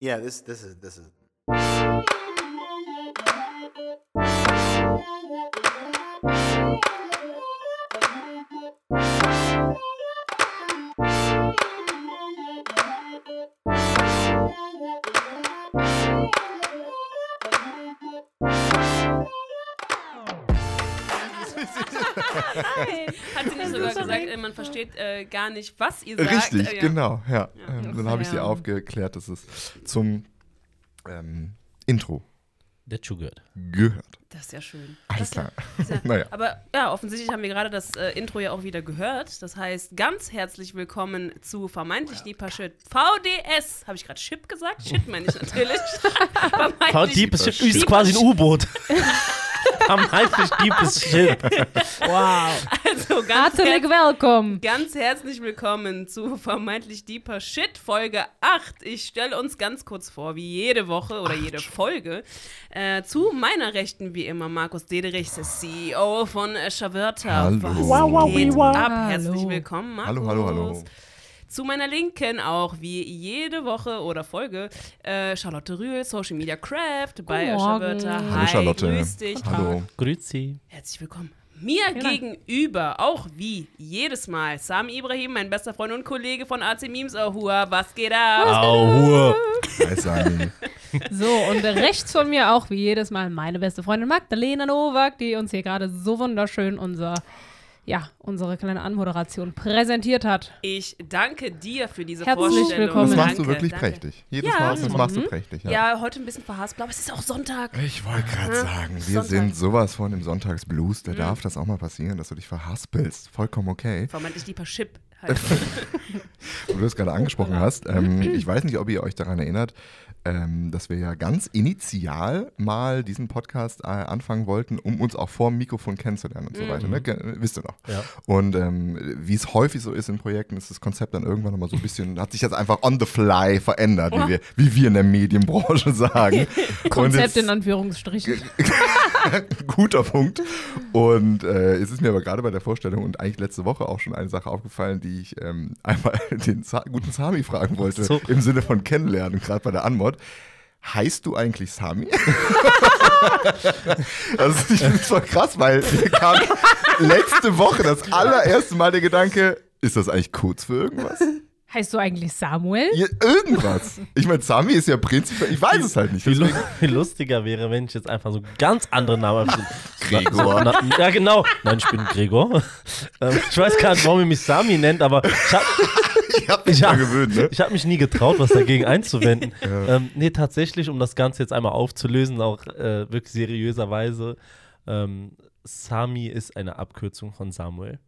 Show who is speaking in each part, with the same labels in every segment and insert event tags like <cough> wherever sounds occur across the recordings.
Speaker 1: Yeah, this this is this is
Speaker 2: Nein.
Speaker 3: Hat sie nicht
Speaker 2: Das
Speaker 3: sogar
Speaker 2: ist doch
Speaker 3: gesagt,
Speaker 2: echt
Speaker 3: äh, man versteht äh, gar nicht, was ihr sagt.
Speaker 4: Richtig,
Speaker 3: Äh, ja.
Speaker 4: genau. Ja. Ähm, dann habe ich sie
Speaker 2: Ja.
Speaker 4: aufgeklärt, dass es zum ähm, Intro
Speaker 5: Dazu gehört.
Speaker 4: gehört.
Speaker 3: Das ist ja schön.
Speaker 4: Alles klar. <laughs>
Speaker 3: Sehr-
Speaker 4: naja.
Speaker 3: Aber ja, offensichtlich haben wir gerade das äh, Intro ja auch wieder gehört. Das heißt, ganz herzlich willkommen zu vermeintlich Deeper Shit VDS. Habe ich gerade Ship gesagt? Shit meine ich natürlich. Vermeintlich-
Speaker 5: How deep is ship? Ist quasi ein <laughs> U-Boot. Vermeintlich deep is ship.
Speaker 2: Wow.
Speaker 3: Also ganz,
Speaker 2: Herzlich
Speaker 3: her
Speaker 2: willkommen.
Speaker 3: ganz herzlich willkommen zu <laughs> vermeintlich Deeper Shit Folge 8. Ich stelle uns ganz kurz vor, wie jede Woche oder jede Folge. Äh, zu meiner Rechten wie immer Markus Dederichs, der CEO von äh, Schaverta.
Speaker 4: Hallo.
Speaker 3: Was
Speaker 4: Wow, wow,
Speaker 3: geht
Speaker 2: wow.
Speaker 3: ab? Herzlich
Speaker 2: Hallo.
Speaker 3: willkommen, Markus.
Speaker 4: Hallo, hallo, hallo.
Speaker 3: Zu meiner Linken auch wie jede Woche oder Folge äh, Charlotte Rühl, Social Media Craft bei
Speaker 2: Guten Morgen.
Speaker 3: Schaberta.
Speaker 4: Hallo
Speaker 3: Hi,
Speaker 4: Charlotte.
Speaker 3: grüß dich.
Speaker 4: Hallo.
Speaker 5: Grüezi.
Speaker 3: Herzlich willkommen. Mir gegenüber auch wie jedes Mal Sami Ibrahim, mein bester Freund und Kollege von AC Memes Ahua. Was geht ab?
Speaker 5: Au,
Speaker 3: <laughs>
Speaker 4: Hi, Sani.
Speaker 2: So, und rechts von mir auch wie jedes Mal meine beste Freundin Magdalena Nowak, die uns hier gerade so wunderschön unser, ja, unsere kleine Anmoderation präsentiert hat.
Speaker 3: Ich danke dir für diese
Speaker 2: Herzlich
Speaker 3: Vorstellung.
Speaker 2: willkommen.
Speaker 4: Das machst
Speaker 3: Danke,
Speaker 4: du wirklich
Speaker 3: danke.
Speaker 4: prächtig. Jedes
Speaker 3: Ja. mhm.
Speaker 4: Mal, das machst du prächtig. Ja.
Speaker 3: Ja, heute ein bisschen verhaspelt, aber es ist auch Sonntag.
Speaker 4: Ich wollte gerade sagen, wir
Speaker 3: Sonntag. Mhm.
Speaker 4: sind sowas von im Sonntagsblues. Da darf das auch mal passieren, dass du dich verhaspelst. Vollkommen okay.
Speaker 3: Vermeintlich lieber Chip. Halt.
Speaker 4: Wo du es gerade angesprochen hast, ähm, ich weiß nicht, ob ihr euch daran erinnert, ähm, dass wir ja ganz initial mal diesen Podcast äh, anfangen wollten, um uns auch vor dem Mikrofon kennenzulernen und so weiter. Ne? Ge- Wisst ihr noch?
Speaker 5: Ja.
Speaker 4: Und ähm, wie es häufig so ist in Projekten, ist das Konzept dann irgendwann nochmal so ein bisschen, hat sich jetzt einfach on the fly verändert, wie wir, wie wir in der Medienbranche sagen. Und
Speaker 2: Konzept
Speaker 4: jetzt-
Speaker 2: in Anführungsstrichen.
Speaker 4: <laughs> Guter Punkt. Und äh, es ist mir aber gerade bei der Vorstellung und eigentlich letzte Woche auch schon eine Sache aufgefallen, die ich ähm, <laughs> einmal den Sa guten Sami fragen wollte,
Speaker 5: So.
Speaker 4: im Sinne von kennenlernen, gerade bei der Anmod. Heißt du eigentlich Sami?
Speaker 5: <laughs>
Speaker 4: <laughs> das ist, ich find's voll krass, weil mir kam letzte Woche das allererste Mal der Gedanke, ist das eigentlich kurz für irgendwas?
Speaker 2: Heißt du eigentlich Samuel?
Speaker 4: Ir- Irgendwas. Ich meine, Sami ist ja prinzipiell, ich weiß es halt nicht.
Speaker 5: Wie, lu
Speaker 4: Deswegen,
Speaker 5: wie lustiger wäre, wenn ich jetzt einfach so ganz andere Namen habe.
Speaker 4: Gregor.
Speaker 5: Na, ja, genau. Nein, ich bin Gregor. Ähm, ich weiß gar nicht, warum ihr mich Sami nennt, aber <laughs> ich habe
Speaker 4: ich hab mich
Speaker 5: Ja.
Speaker 4: ja. gewöhnt, ne?
Speaker 5: Ich habe mich nie getraut, was dagegen einzuwenden. ähm, nee, tatsächlich, um das Ganze jetzt einmal aufzulösen, auch äh, wirklich seriöserweise, ähm, Sami ist eine Abkürzung von Samuel.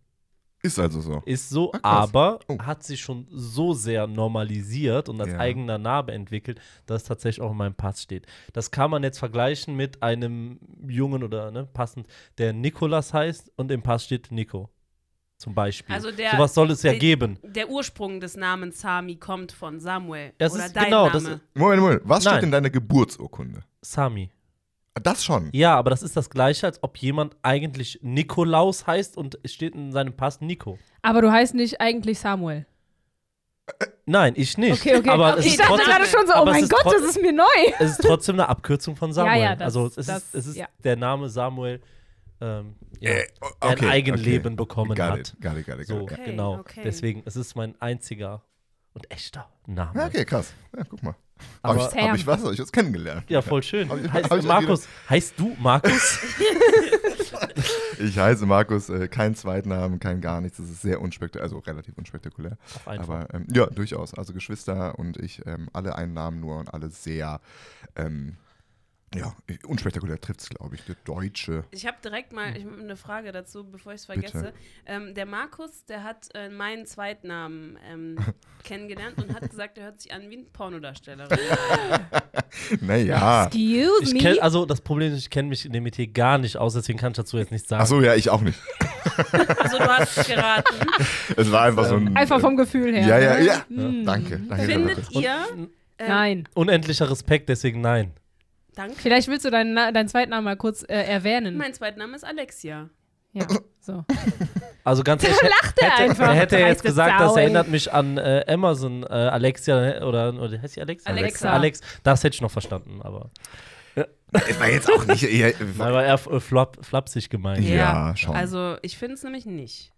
Speaker 4: Ist also so.
Speaker 5: Ist so,
Speaker 4: Ah, krass.
Speaker 5: aber
Speaker 4: Oh.
Speaker 5: hat sich schon so sehr normalisiert und als
Speaker 4: Ja.
Speaker 5: eigener Name entwickelt, dass es tatsächlich auch in meinem Pass steht. Das kann man jetzt vergleichen mit einem Jungen oder ne, passend, der Nikolas heißt und im Pass steht Nico. Zum Beispiel.
Speaker 3: Also der-
Speaker 5: Sowas soll es ja
Speaker 3: der-
Speaker 5: geben.
Speaker 3: Der Ursprung des Namens Sami kommt von Samuel.
Speaker 5: Das
Speaker 3: oder
Speaker 5: ist-
Speaker 3: dein
Speaker 5: genau, das
Speaker 3: Name.
Speaker 4: Moment, Moment. Was
Speaker 5: Nein.
Speaker 4: steht in deiner Geburtsurkunde? Ah,
Speaker 5: Sami.
Speaker 4: Das schon. Äh,
Speaker 5: Ja, aber das ist das gleiche, als ob jemand eigentlich Nikolaus heißt und es steht in seinem Pass Nico.
Speaker 2: Aber du heißt nicht eigentlich Samuel.
Speaker 5: Nein, ich nicht.
Speaker 2: Okay, okay.
Speaker 5: Aber es
Speaker 2: ich
Speaker 5: ist
Speaker 2: dachte
Speaker 5: trotzdem,
Speaker 2: gerade schon so, oh
Speaker 5: aber es
Speaker 2: mein
Speaker 5: ist
Speaker 2: Gott,
Speaker 5: trot-
Speaker 2: das ist mir neu.
Speaker 5: Es ist trotzdem eine Abkürzung von Samuel.
Speaker 2: Ja, ja, das-
Speaker 5: also es
Speaker 2: das-
Speaker 5: ist, es ist
Speaker 2: ja.
Speaker 5: der Name Samuel, ähm, ja,
Speaker 4: Äh,
Speaker 5: der ein Eigenleben bekommen
Speaker 4: got
Speaker 5: hat.
Speaker 4: It, got it, got it, got
Speaker 5: So,
Speaker 4: it.
Speaker 3: Okay,
Speaker 5: genau.
Speaker 3: okay.
Speaker 5: Deswegen, es ist mein einziger und echter Name.
Speaker 4: Ja, okay, krass. Ja, guck mal. Hab
Speaker 5: Aber-
Speaker 4: ich, hab ich was, hab ich jetzt kennengelernt.
Speaker 5: Ja, voll schön.
Speaker 4: Hab ich-
Speaker 5: Heißt,
Speaker 4: hab ich
Speaker 5: Markus, heißt du
Speaker 2: <laughs>
Speaker 5: Markus?
Speaker 4: Ich heiße Markus, äh, kein Zweitnamen, kein gar nichts. Das ist sehr unspektakulär, also relativ unspektakulär.
Speaker 5: Auf einen Fall.
Speaker 4: Aber ähm, ja, durchaus. Also Geschwister und ich, ähm, alle einen Namen nur und alle sehr, ähm, ja, unspektakulär trifft es, glaube ich. Der Deutsche.
Speaker 3: Ich habe direkt mal ich, hab eine Frage dazu, bevor ich es vergesse. Ähm, der Markus, der hat äh, meinen Zweitnamen ähm, kennengelernt und hat gesagt, er hört sich an wie ein Pornodarstellerin.
Speaker 4: Naja.
Speaker 2: Excuse
Speaker 5: Ah. Ich
Speaker 2: me.
Speaker 5: kenn, also das Problem ist, ich kenne mich in dem Metier gar nicht aus, deswegen kann ich dazu jetzt nichts sagen.
Speaker 4: Achso, ja, ich auch nicht.
Speaker 3: also du hast geraten.
Speaker 4: Es war einfach so ein. äh,
Speaker 2: Einfach vom Gefühl her.
Speaker 4: Ja, ja, ja.
Speaker 2: Mhm.
Speaker 4: Danke. danke danke.
Speaker 3: Findet ihr, äh,
Speaker 2: Nein.
Speaker 5: Unendlicher Respekt, deswegen nein.
Speaker 3: danke,
Speaker 2: Vielleicht willst du deinen, Na- deinen zweiten Namen mal kurz äh, erwähnen.
Speaker 3: mein Zweitname ist Alexia.
Speaker 5: <laughs>
Speaker 2: Ja, so. <laughs>
Speaker 5: Also ganz ehrlich,
Speaker 2: lacht er
Speaker 5: hätte,
Speaker 2: einfach.
Speaker 5: er hätte er jetzt
Speaker 2: Dreiste
Speaker 5: gesagt, das
Speaker 2: Sau, ey.
Speaker 5: erinnert mich an äh, Amazon, äh, Alexia oder, oder heißt sie Alexia?
Speaker 2: Alexa.
Speaker 5: Alex, das hätte ich noch verstanden, aber,
Speaker 4: Das Äh, war jetzt auch nicht. eher-
Speaker 5: aber er äh, flop, flapsig gemeint.
Speaker 4: Ja, schon.
Speaker 3: Also ich finde es nämlich nicht.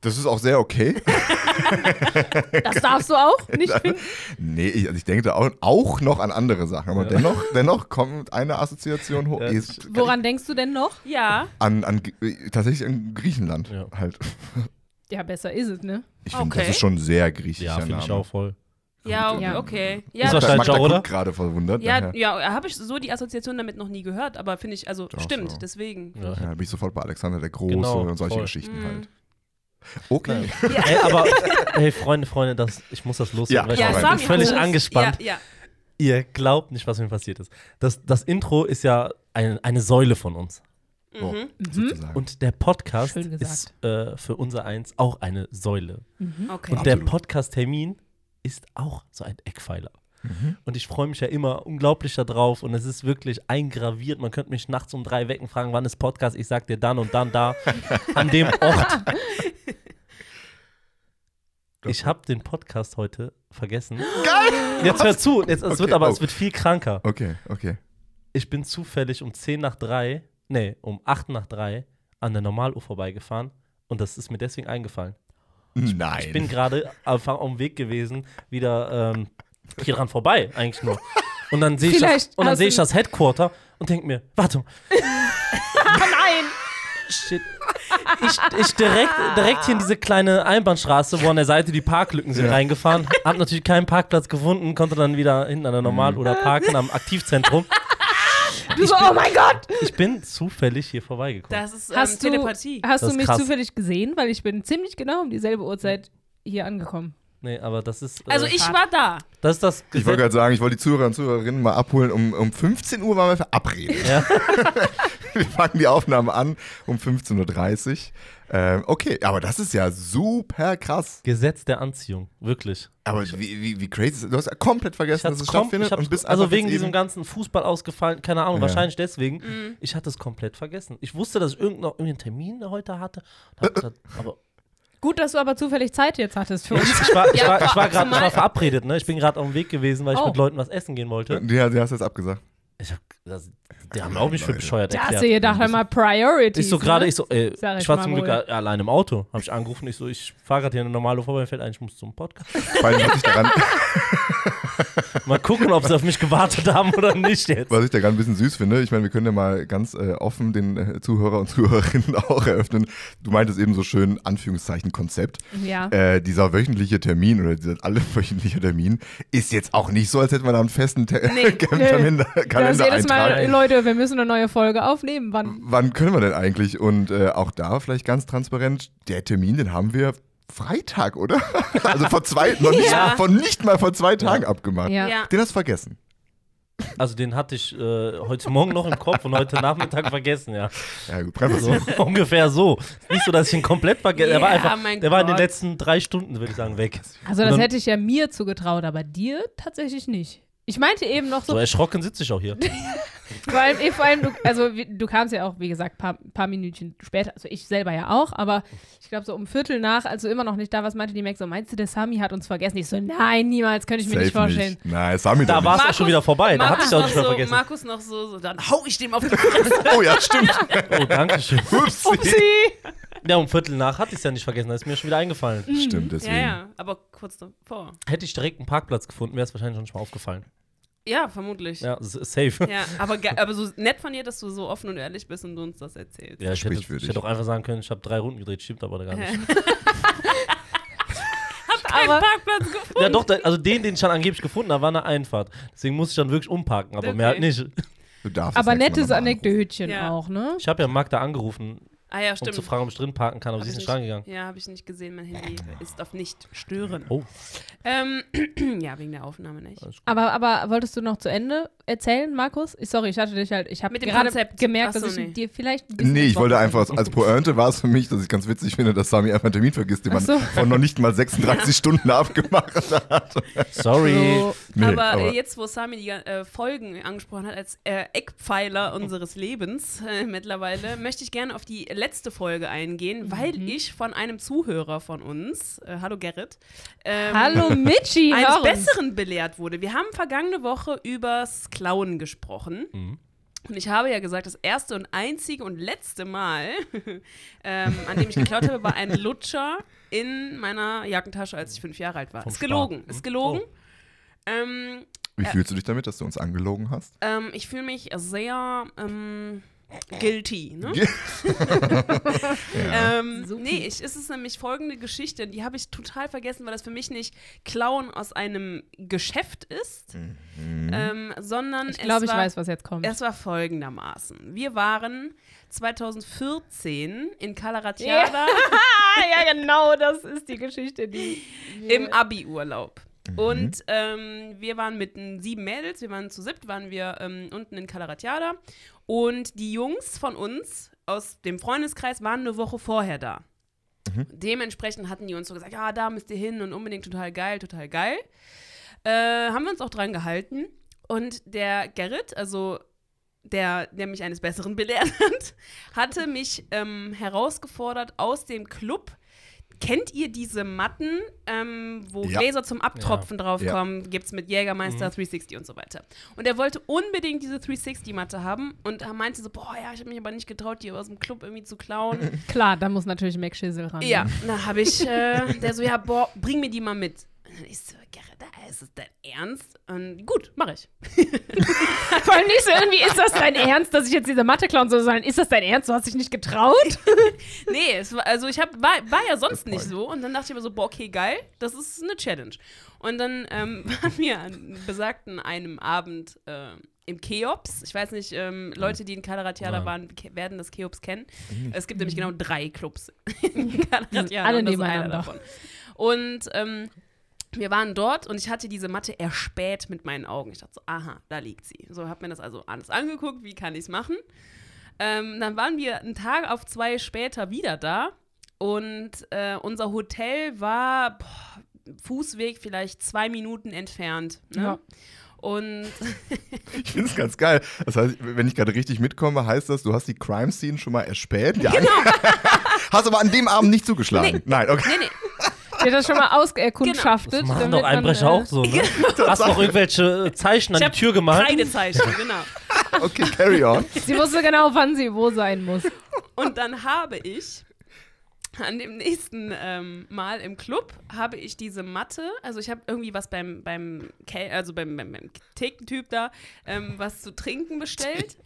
Speaker 4: Das ist auch sehr okay.
Speaker 2: Das darfst du auch nicht finden.
Speaker 4: Nee, ich, also ich denke da auch, auch noch an andere Sachen. Aber dennoch, dennoch kommt eine Assoziation hoch.
Speaker 5: Ja.
Speaker 4: Ist- äh,
Speaker 2: Woran denkst du denn noch?
Speaker 3: Ja,
Speaker 4: An, an, äh, tatsächlich in Griechenland
Speaker 5: Ja.
Speaker 4: halt.
Speaker 2: Ja, besser ist es, ne?
Speaker 4: Ich finde,
Speaker 3: Okay.
Speaker 4: das ist schon sehr griechischer
Speaker 5: Ja, finde
Speaker 4: Name.
Speaker 5: ich auch voll.
Speaker 3: ja,
Speaker 2: Ja.
Speaker 3: okay.
Speaker 5: Ist
Speaker 3: Ja,
Speaker 5: wahrscheinlich
Speaker 4: Magda
Speaker 5: auch,
Speaker 4: guckt
Speaker 5: oder?
Speaker 4: gerade verwundert.
Speaker 3: ja,
Speaker 4: daher-
Speaker 3: ja habe ich so die Assoziation damit noch nie gehört, aber finde ich, also
Speaker 4: Doch,
Speaker 3: stimmt,
Speaker 4: so.
Speaker 3: deswegen.
Speaker 4: Ja,
Speaker 5: Ja.
Speaker 4: da bin ich sofort bei Alexander der Große
Speaker 5: Genau,
Speaker 4: und solche
Speaker 5: voll.
Speaker 4: Geschichten
Speaker 3: Mhm.
Speaker 4: halt. Okay.
Speaker 5: Ey, aber, hey, Freunde, Freunde, das, ich muss das loswerden,
Speaker 4: Ja,
Speaker 5: weil ich
Speaker 4: Ja,
Speaker 5: bin
Speaker 4: sag
Speaker 3: mir
Speaker 5: völlig
Speaker 3: alles.
Speaker 5: angespannt.
Speaker 3: Ja, ja.
Speaker 5: Ihr glaubt nicht, was mir passiert ist. Das, das Intro ist ja ein, eine Säule von uns.
Speaker 4: So,
Speaker 3: Mhm.
Speaker 2: Mhm.
Speaker 4: sozusagen.
Speaker 5: Und der Podcast
Speaker 2: Schön gesagt.
Speaker 5: ist äh, für unser Eins auch eine Säule.
Speaker 3: Okay.
Speaker 5: Und der
Speaker 4: Absolut.
Speaker 5: Podcast-Termin ist auch so ein Eckpfeiler.
Speaker 4: Mhm.
Speaker 5: Und ich freue mich ja immer unglaublich darauf und es ist wirklich eingraviert. Man könnte mich nachts um drei wecken, fragen, wann ist Podcast? Ich sag dir dann und
Speaker 4: <laughs>
Speaker 5: dann da, an dem Ort. Ich habe den Podcast heute vergessen. Geil! Jetzt hör zu, jetzt, es, wird
Speaker 4: Okay,
Speaker 5: aber,
Speaker 4: oh.
Speaker 5: es wird viel kranker.
Speaker 4: Okay, okay.
Speaker 5: Ich bin zufällig um 10 nach 3, nee, um 8 nach 3 an der Normaluhr vorbeigefahren und das ist mir deswegen eingefallen.
Speaker 4: Nein.
Speaker 5: Ich bin gerade einfach auf dem Weg gewesen, wieder ähm, hier dran vorbei, eigentlich nur. Und dann sehe ich, das-
Speaker 2: Vielleicht
Speaker 5: und dann
Speaker 2: hast
Speaker 5: sehe ich
Speaker 2: du-
Speaker 5: das Headquarter und denke mir, warte,
Speaker 2: Nein!
Speaker 5: shit. Ich, ich direkt, direkt hier in diese kleine Einbahnstraße, wo an der Seite die Parklücken sind,
Speaker 4: Ja.
Speaker 5: reingefahren. Hab natürlich keinen Parkplatz gefunden, konnte dann wieder hinten an der Normal-
Speaker 4: Mhm.
Speaker 5: oder parken am Aktivzentrum.
Speaker 2: Du so, oh mein Gott!
Speaker 5: Ich bin zufällig hier vorbeigekommen.
Speaker 3: Das ist ähm,
Speaker 2: <laughs> Hast du,
Speaker 3: Telepathie.
Speaker 2: hast
Speaker 5: Das
Speaker 2: du
Speaker 5: ist
Speaker 2: mich
Speaker 5: krass.
Speaker 2: zufällig gesehen? Weil ich bin ziemlich genau um dieselbe Uhrzeit hier angekommen.
Speaker 5: Nee, aber das ist. Äh,
Speaker 3: Also ich war da.
Speaker 5: Das ist das
Speaker 4: Ich wollte
Speaker 5: Gesetz.
Speaker 4: gerade sagen, ich wollte die Zuhörer und Zuhörerinnen mal abholen. Um, um 15 Uhr waren wir verabredet.
Speaker 5: Ja.
Speaker 4: <laughs> wir fangen die Aufnahme an um 15.30 Uhr. Ähm, okay, aber das ist ja super krass.
Speaker 5: Gesetz der Anziehung, wirklich.
Speaker 4: Aber wie, wie, wie crazy ist das? Du hast ja komplett
Speaker 5: Ich
Speaker 4: vergessen, dass
Speaker 5: hatte
Speaker 4: es
Speaker 5: kom
Speaker 4: stattfindet.
Speaker 5: ich hab's-
Speaker 4: und bist
Speaker 5: also
Speaker 4: einfach
Speaker 5: wegen
Speaker 4: jetzt
Speaker 5: diesem
Speaker 4: eben-
Speaker 5: ganzen Fußball ausgefallen, keine Ahnung,
Speaker 4: Ja.
Speaker 5: wahrscheinlich deswegen.
Speaker 2: Mhm.
Speaker 5: Ich hatte es komplett vergessen. Ich wusste, dass ich irgendeinen irgendeinen Termin heute hatte. Und
Speaker 4: <laughs>
Speaker 5: hab gesagt, aber
Speaker 2: Gut, dass du aber zufällig Zeit jetzt hattest für uns.
Speaker 5: ich war, ich
Speaker 3: Ja,
Speaker 5: war, ich war gerade ich
Speaker 3: zumal-
Speaker 5: war verabredet, ne? Ich bin gerade auf dem Weg gewesen, weil ich
Speaker 2: Oh.
Speaker 5: mit Leuten was essen gehen wollte.
Speaker 4: Ja, du hast jetzt abgesagt.
Speaker 5: Ich hab, das, die haben auch mich für bescheuert
Speaker 2: Da hast du
Speaker 5: <laughs> erklärt.
Speaker 2: gedacht, einmal Priorities.
Speaker 5: Ich so gerade,
Speaker 2: ne?
Speaker 5: ich so, äh,
Speaker 2: Sag ich
Speaker 5: ich war
Speaker 2: mal
Speaker 5: zum Glück
Speaker 2: wohl.
Speaker 5: a- allein im Auto. Hab ich angerufen, ich so, ich fahre gerade hier eine normale vorbei, mir fällt ein, ich muss zum Podcast.
Speaker 4: Vor allem, was ich
Speaker 5: <laughs>
Speaker 4: daran,
Speaker 5: Mal gucken, ob sie auf mich gewartet haben oder nicht jetzt.
Speaker 4: was ich daran ein bisschen süß finde. Ich meine, wir können ja mal ganz äh, offen den äh, Zuhörer und Zuhörerinnen <laughs> auch eröffnen. Du meintest eben so schön, Anführungszeichen, Konzept.
Speaker 2: Ja.
Speaker 4: Äh, dieser wöchentliche Termin oder dieser allewöchentliche Termin ist jetzt auch nicht so, als hätten wir da einen festen Ter <laughs>
Speaker 3: Nee.
Speaker 4: Kalender,
Speaker 2: Das ist jedes Mal,
Speaker 4: Kalendereintrag.
Speaker 2: Leute, wir müssen eine neue Folge aufnehmen. Wann?
Speaker 4: Wann können wir denn eigentlich? Und äh, auch da vielleicht ganz transparent, der Termin, den haben wir Freitag, oder? <laughs> Also vor zwei, noch nicht,
Speaker 3: Ja.
Speaker 4: von nicht mal vor zwei Tagen abgemacht.
Speaker 2: Ja.
Speaker 3: Ja.
Speaker 4: Den hast du vergessen.
Speaker 5: Also den hatte ich äh, heute Morgen noch im Kopf und heute Nachmittag vergessen, ja. <laughs>
Speaker 4: Ja, gut, brennt
Speaker 5: So, ungefähr so. Nicht so, dass ich ihn komplett vergessen Er war
Speaker 3: Ja,
Speaker 5: einfach,
Speaker 3: mein
Speaker 5: der war in den
Speaker 3: Gott.
Speaker 5: letzten drei Stunden, würde ich sagen, weg.
Speaker 2: Also das
Speaker 5: Dann-
Speaker 2: hätte ich ja mir zugetraut, aber dir tatsächlich nicht. Ich meinte eben noch
Speaker 5: So
Speaker 2: so,
Speaker 5: erschrocken sitze ich
Speaker 3: <laughs>
Speaker 5: auch hier.
Speaker 2: vor allem, eh, vor allem du, also wie- du kamst ja auch, wie gesagt, paar, paar Minütchen später, also ich selber ja auch, aber ich glaube so um Viertel nach, also immer noch nicht da, was meinte die Max so, meinst du, der Sami hat uns vergessen? Ich so, nein, niemals, könnte ich mir nicht vorstellen.
Speaker 4: Nein, Sami
Speaker 5: Da
Speaker 4: doch
Speaker 5: war
Speaker 4: nicht.
Speaker 5: es auch schon wieder vorbei. Da hatte ich auch
Speaker 3: noch
Speaker 5: nicht mehr
Speaker 3: so,
Speaker 5: vergessen.
Speaker 3: Markus noch so, so, dann hau ich dem auf die Fresse.
Speaker 4: Oh
Speaker 2: <laughs>
Speaker 4: ja, stimmt.
Speaker 5: Oh, danke schön.
Speaker 4: Upsi.
Speaker 5: Ja, um Viertel nach hatte ich es ja nicht vergessen. Da ist mir schon wieder eingefallen.
Speaker 4: Stimmt,
Speaker 3: <laughs>
Speaker 4: deswegen.
Speaker 3: ja, ja, aber kurz davor.
Speaker 5: Hätte ich direkt einen Parkplatz gefunden, wäre es wahrscheinlich schon mal aufgefallen.
Speaker 3: Ja, vermutlich. Ja.
Speaker 5: Ja, s- safe. Ja,
Speaker 3: aber, ge- aber so nett von dir, dass du so offen und ehrlich bist und du uns das erzählst.
Speaker 5: ich, hätte, ich
Speaker 4: Sprichwürdig.
Speaker 5: hätte auch einfach sagen können, ich habe drei Runden gedreht. Stimmt aber
Speaker 3: <laughs>
Speaker 5: gar nicht.
Speaker 2: Aber
Speaker 3: Parkplatz gefunden.
Speaker 5: Ja, doch, da, also den, den ich dann angeblich gefunden habe, war eine Einfahrt. Deswegen musste ich dann wirklich umparken, aber mehr halt
Speaker 3: Okay.
Speaker 5: nicht.
Speaker 4: Du darfst
Speaker 2: Aber
Speaker 4: das nächste Mal
Speaker 2: nettes
Speaker 4: noch mal anrufen.
Speaker 2: Anekdötchen
Speaker 3: Ja.
Speaker 2: auch, ne?
Speaker 5: Ich habe ja Magda angerufen,
Speaker 3: Ah ja,
Speaker 5: um
Speaker 3: stimmt.
Speaker 5: zu fragen, ob ich drin parken kann, aber
Speaker 3: Hab
Speaker 5: sie ist
Speaker 3: ich
Speaker 5: nicht rangegangen.
Speaker 3: Ja, habe ich nicht gesehen. Mein Handy ist auf nicht stören.
Speaker 5: Oh,
Speaker 3: Ähm, <clears throat> ja, wegen der Aufnahme nicht.
Speaker 5: alles gut.
Speaker 2: Aber, aber wolltest du noch zu Ende erzählen, Markus? Ich, sorry, ich hatte dich halt, ich habe
Speaker 3: Mit dem
Speaker 2: gerade
Speaker 3: Konzept.
Speaker 2: gemerkt,
Speaker 3: Ach so,
Speaker 2: dass ich
Speaker 3: nee.
Speaker 2: dir vielleicht ein bisschen
Speaker 4: Nee, ich wollte
Speaker 2: gebrochen
Speaker 4: einfach, als Pointe war es für mich, dass ich ganz witzig finde, dass Sami einfach einen Termin vergisst, den man
Speaker 2: Ach so.
Speaker 4: vor noch
Speaker 2: <laughs>
Speaker 4: nicht mal 36 Stunden abgemacht hat.
Speaker 5: Sorry.
Speaker 2: bin. So,
Speaker 4: Nee,
Speaker 3: aber, äh, jetzt, wo Sami die äh,
Speaker 5: Oh. <laughs>
Speaker 3: Folgen angesprochen hat als äh, Eckpfeiler unseres Lebens äh, mittlerweile, möchte ich gerne auf die letzte Folge eingehen, weil ich von einem Zuhörer von uns, äh, hallo Gerrit, ähm,
Speaker 2: Hallo Mitchi, hör
Speaker 3: eines
Speaker 2: uns.
Speaker 3: Besseren belehrt wurde. Wir haben vergangene Woche übers Klauen gesprochen.
Speaker 5: Mhm.
Speaker 3: Und ich habe ja gesagt, das erste und einzige und letzte Mal, <laughs> ähm, an dem ich geklaut habe, war ein Lutscher in meiner Jackentasche, als ich fünf Jahre alt war.
Speaker 5: Vom
Speaker 3: Ist gelogen,
Speaker 5: Spar.
Speaker 3: ist
Speaker 5: Hm.
Speaker 3: gelogen.
Speaker 5: Oh.
Speaker 3: Ähm,
Speaker 4: Wie fühlst du dich damit, dass du uns angelogen hast?
Speaker 3: ähm, ich fühle mich sehr ähm, guilty. Ne? <laughs> Ähm,
Speaker 2: Supi.
Speaker 3: nee, ich, es ist nämlich folgende Geschichte, die habe ich total vergessen, weil das für mich nicht Klauen aus einem Geschäft ist, ähm, sondern
Speaker 2: Ich glaube,
Speaker 3: es
Speaker 2: ich
Speaker 3: war,
Speaker 2: weiß, was jetzt kommt.
Speaker 3: es war folgendermaßen. Wir waren 2014 in
Speaker 2: Ja.
Speaker 3: Calaratiada Ah,
Speaker 2: ja, genau, das ist die Geschichte, die.
Speaker 3: im Abi-Urlaub. Und ähm, wir waren mit n- sieben Mädels, wir waren zu siebt, waren wir ähm, unten in Calaratiada. Und die Jungs von uns aus dem Freundeskreis waren eine Woche vorher da. Dementsprechend hatten die uns so gesagt, ja, da müsst ihr hin und unbedingt total geil, total geil. Äh, haben wir uns auch dran gehalten. Und der Gerrit, also der, der mich eines Besseren belehrt hat, hatte mich ähm, herausgefordert aus dem Club. Kennt ihr diese Matten, ähm, wo
Speaker 4: Ja.
Speaker 3: Gläser zum Abtropfen
Speaker 4: Ja. Mhm.
Speaker 3: draufkommen? Gibt's mit Jägermeister, 360 und so weiter. Und er wollte unbedingt diese 360-Matte haben und er meinte so, boah, ja, ich habe mich aber nicht getraut, die aus dem Club irgendwie zu klauen.
Speaker 4: <laughs>
Speaker 2: Klar, da muss natürlich Mac Schissel ran.
Speaker 3: Ja, na habe ich, äh, der so, ja, boah, bring mir die mal mit. Und dann ich so, Gerrit, da ist es dein Ernst? Und gut, mache ich.
Speaker 2: Vor allem nicht so irgendwie, ist das dein Ernst, dass ich jetzt diese Mathe klauen soll, sondern ist das dein Ernst, du hast dich nicht getraut?
Speaker 3: <laughs> Nee, es war, also ich hab, war, war ja sonst
Speaker 4: Good
Speaker 3: nicht
Speaker 4: point.
Speaker 3: so. Und dann dachte ich mir so, boah, okay, geil, das ist eine Challenge. Und dann ähm, <laughs> waren wir an besagten einem Abend äh, im Cheops. Ich weiß nicht, ähm, Leute, die in Kalaratiada
Speaker 5: Nein.
Speaker 3: waren, ke- werden das Cheops kennen. Es gibt nämlich genau drei Clubs in <laughs> Kalaratiada.
Speaker 2: Alle
Speaker 3: und das ist einer
Speaker 2: nebeneinander.
Speaker 3: davon. Und ähm, wir waren dort und ich hatte diese Matte erspäht mit meinen Augen. Ich dachte so, aha, da liegt sie. So habe mir das also alles angeguckt, wie kann ich es machen. Ähm, dann waren wir einen Tag auf zwei später wieder da und äh, unser Hotel war boah, Fußweg vielleicht zwei Minuten entfernt. Ne?
Speaker 2: Ja.
Speaker 3: Und <laughs>
Speaker 4: Ich finde es ganz geil. Das heißt, wenn ich gerade richtig mitkomme, heißt das, du hast die Crime Scene schon mal erspäht. Genau. hast aber an dem Abend nicht zugeschlagen. Nein, okay.
Speaker 3: nee, nee,
Speaker 2: Dir das schon mal ausgekundschaftet.
Speaker 5: Genau. Das machen
Speaker 2: damit
Speaker 5: doch
Speaker 2: man,
Speaker 5: Einbrecher
Speaker 2: äh,
Speaker 5: auch so, ne? <laughs> Hast doch irgendwelche äh, Zeichen an die Tür gemacht.
Speaker 3: Kreidezeichen, genau.
Speaker 4: Okay, carry on.
Speaker 2: Sie wusste genau, wann sie wo
Speaker 3: <laughs>
Speaker 2: sein muss.
Speaker 3: Und dann habe ich an dem nächsten ähm, Mal im Club habe ich diese Matte, also ich habe irgendwie was beim beim Kel also beim, beim, beim Thekentyp da ähm, was zu trinken bestellt.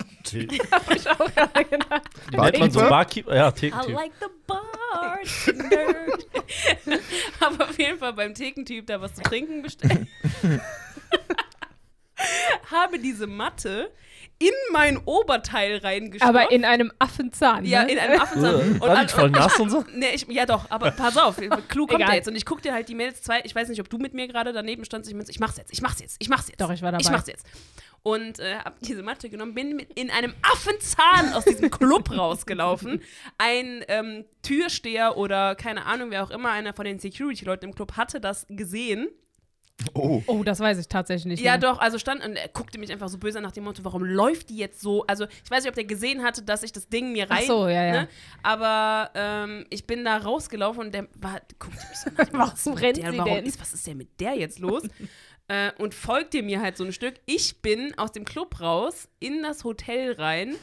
Speaker 3: habe ich auch genau. gerade gedacht.
Speaker 5: Nennt man so
Speaker 4: Barkeeper?
Speaker 5: Barkeeper? Ja,
Speaker 3: I
Speaker 5: Thekentyp.
Speaker 3: like the bartender. <laughs> Hab auf jeden Fall beim Thekentyp da was zu trinken <laughs> bestellt. Habe diese Matte in mein Oberteil reingestopft.
Speaker 2: <laughs> Aber in einem Affenzahn.
Speaker 3: ja,
Speaker 2: ne?
Speaker 3: in einem Affenzahn.
Speaker 5: Äh, War
Speaker 3: <laughs>
Speaker 5: nicht voll nass und so?
Speaker 3: Nee, ich, ja doch, aber pass auf, klug kommt
Speaker 2: Egal.
Speaker 3: er jetzt. Und ich guck dir halt die Mails zwei, ich weiß nicht, ob du mit mir gerade daneben standst, ich meinte, ich mach's jetzt, ich mach's jetzt, ich mach's jetzt.
Speaker 2: Doch, ich war dabei.
Speaker 3: Ich mach's jetzt. Und äh, hab diese Matte genommen, bin mit in einem Affenzahn aus diesem
Speaker 2: <laughs>
Speaker 3: Club rausgelaufen. Ein ähm, Türsteher oder keine Ahnung, wer auch immer, einer von den Security-Leuten im Club hatte das gesehen.
Speaker 4: Oh.
Speaker 2: oh, das weiß ich tatsächlich nicht. ne?
Speaker 3: Ja,
Speaker 2: mehr.
Speaker 3: doch, also stand und er guckte mich einfach so böse an nach dem Motto, warum läuft die jetzt so? Also, ich weiß nicht, ob der gesehen hatte, dass ich das Ding mir
Speaker 2: Ach
Speaker 3: rein. ne?
Speaker 2: so, ja, ja.
Speaker 3: Aber ähm, ich bin da rausgelaufen und der war, guckte mich so an. nach
Speaker 2: <laughs>
Speaker 3: dem Motto, was ist mit
Speaker 2: rennt
Speaker 3: der,
Speaker 2: sie
Speaker 3: warum
Speaker 2: denn?
Speaker 3: Ist, was ist denn mit der jetzt
Speaker 2: <laughs>
Speaker 3: los? äh, und folgte mir halt so ein Stück. Ich bin aus dem Club raus, in das Hotel rein,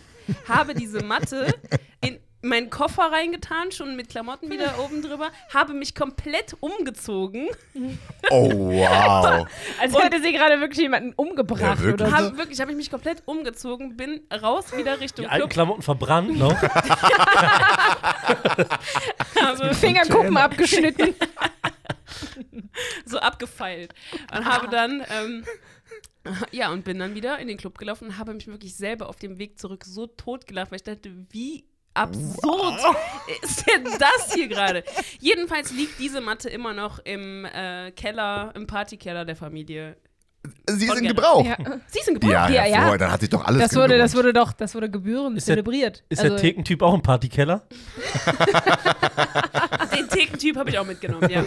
Speaker 3: habe diese Matte in meinen Koffer reingetan, schon mit Klamotten wieder oben drüber, habe mich komplett umgezogen.
Speaker 4: Oh, wow.
Speaker 2: Als hätte sie gerade wirklich jemanden umgebracht
Speaker 4: Ja,
Speaker 2: oder
Speaker 4: wirklich.
Speaker 2: so.
Speaker 3: Hab, wirklich, habe ich mich komplett umgezogen, bin raus wieder Richtung
Speaker 5: Die alten
Speaker 3: Club.
Speaker 5: Klamotten verbrannt ne? noch.
Speaker 3: Habe
Speaker 2: Fingerkuppen
Speaker 5: <laughs>
Speaker 2: abgeschnitten.
Speaker 3: so abgefeilt. Und habe dann, ähm, ja, und bin dann wieder in den Club gelaufen und habe mich wirklich selber auf dem Weg zurück so tot gelacht, weil ich dachte, wie absurd ist denn das hier gerade? Jedenfalls liegt diese Matte immer noch im äh, Keller, im Partykeller der Familie.
Speaker 4: Sie ist
Speaker 3: Von
Speaker 4: in
Speaker 3: Gerrit.
Speaker 5: Oh.
Speaker 4: Gebrauch.
Speaker 2: ja.
Speaker 3: Sie ist in Gebrauch.
Speaker 4: Ja,
Speaker 2: Ja,
Speaker 4: ja,
Speaker 2: ja.
Speaker 4: Vorher, dann hat sich doch alles
Speaker 2: Das wurde, das
Speaker 4: gelohnt.
Speaker 2: wurde doch, das wurde gebührend
Speaker 5: Ist der-
Speaker 2: zelebriert.
Speaker 5: Ist
Speaker 2: also,
Speaker 5: der Thekentyp auch ein Partykeller?
Speaker 3: Den Thekentyp habe ich auch mitgenommen, ja.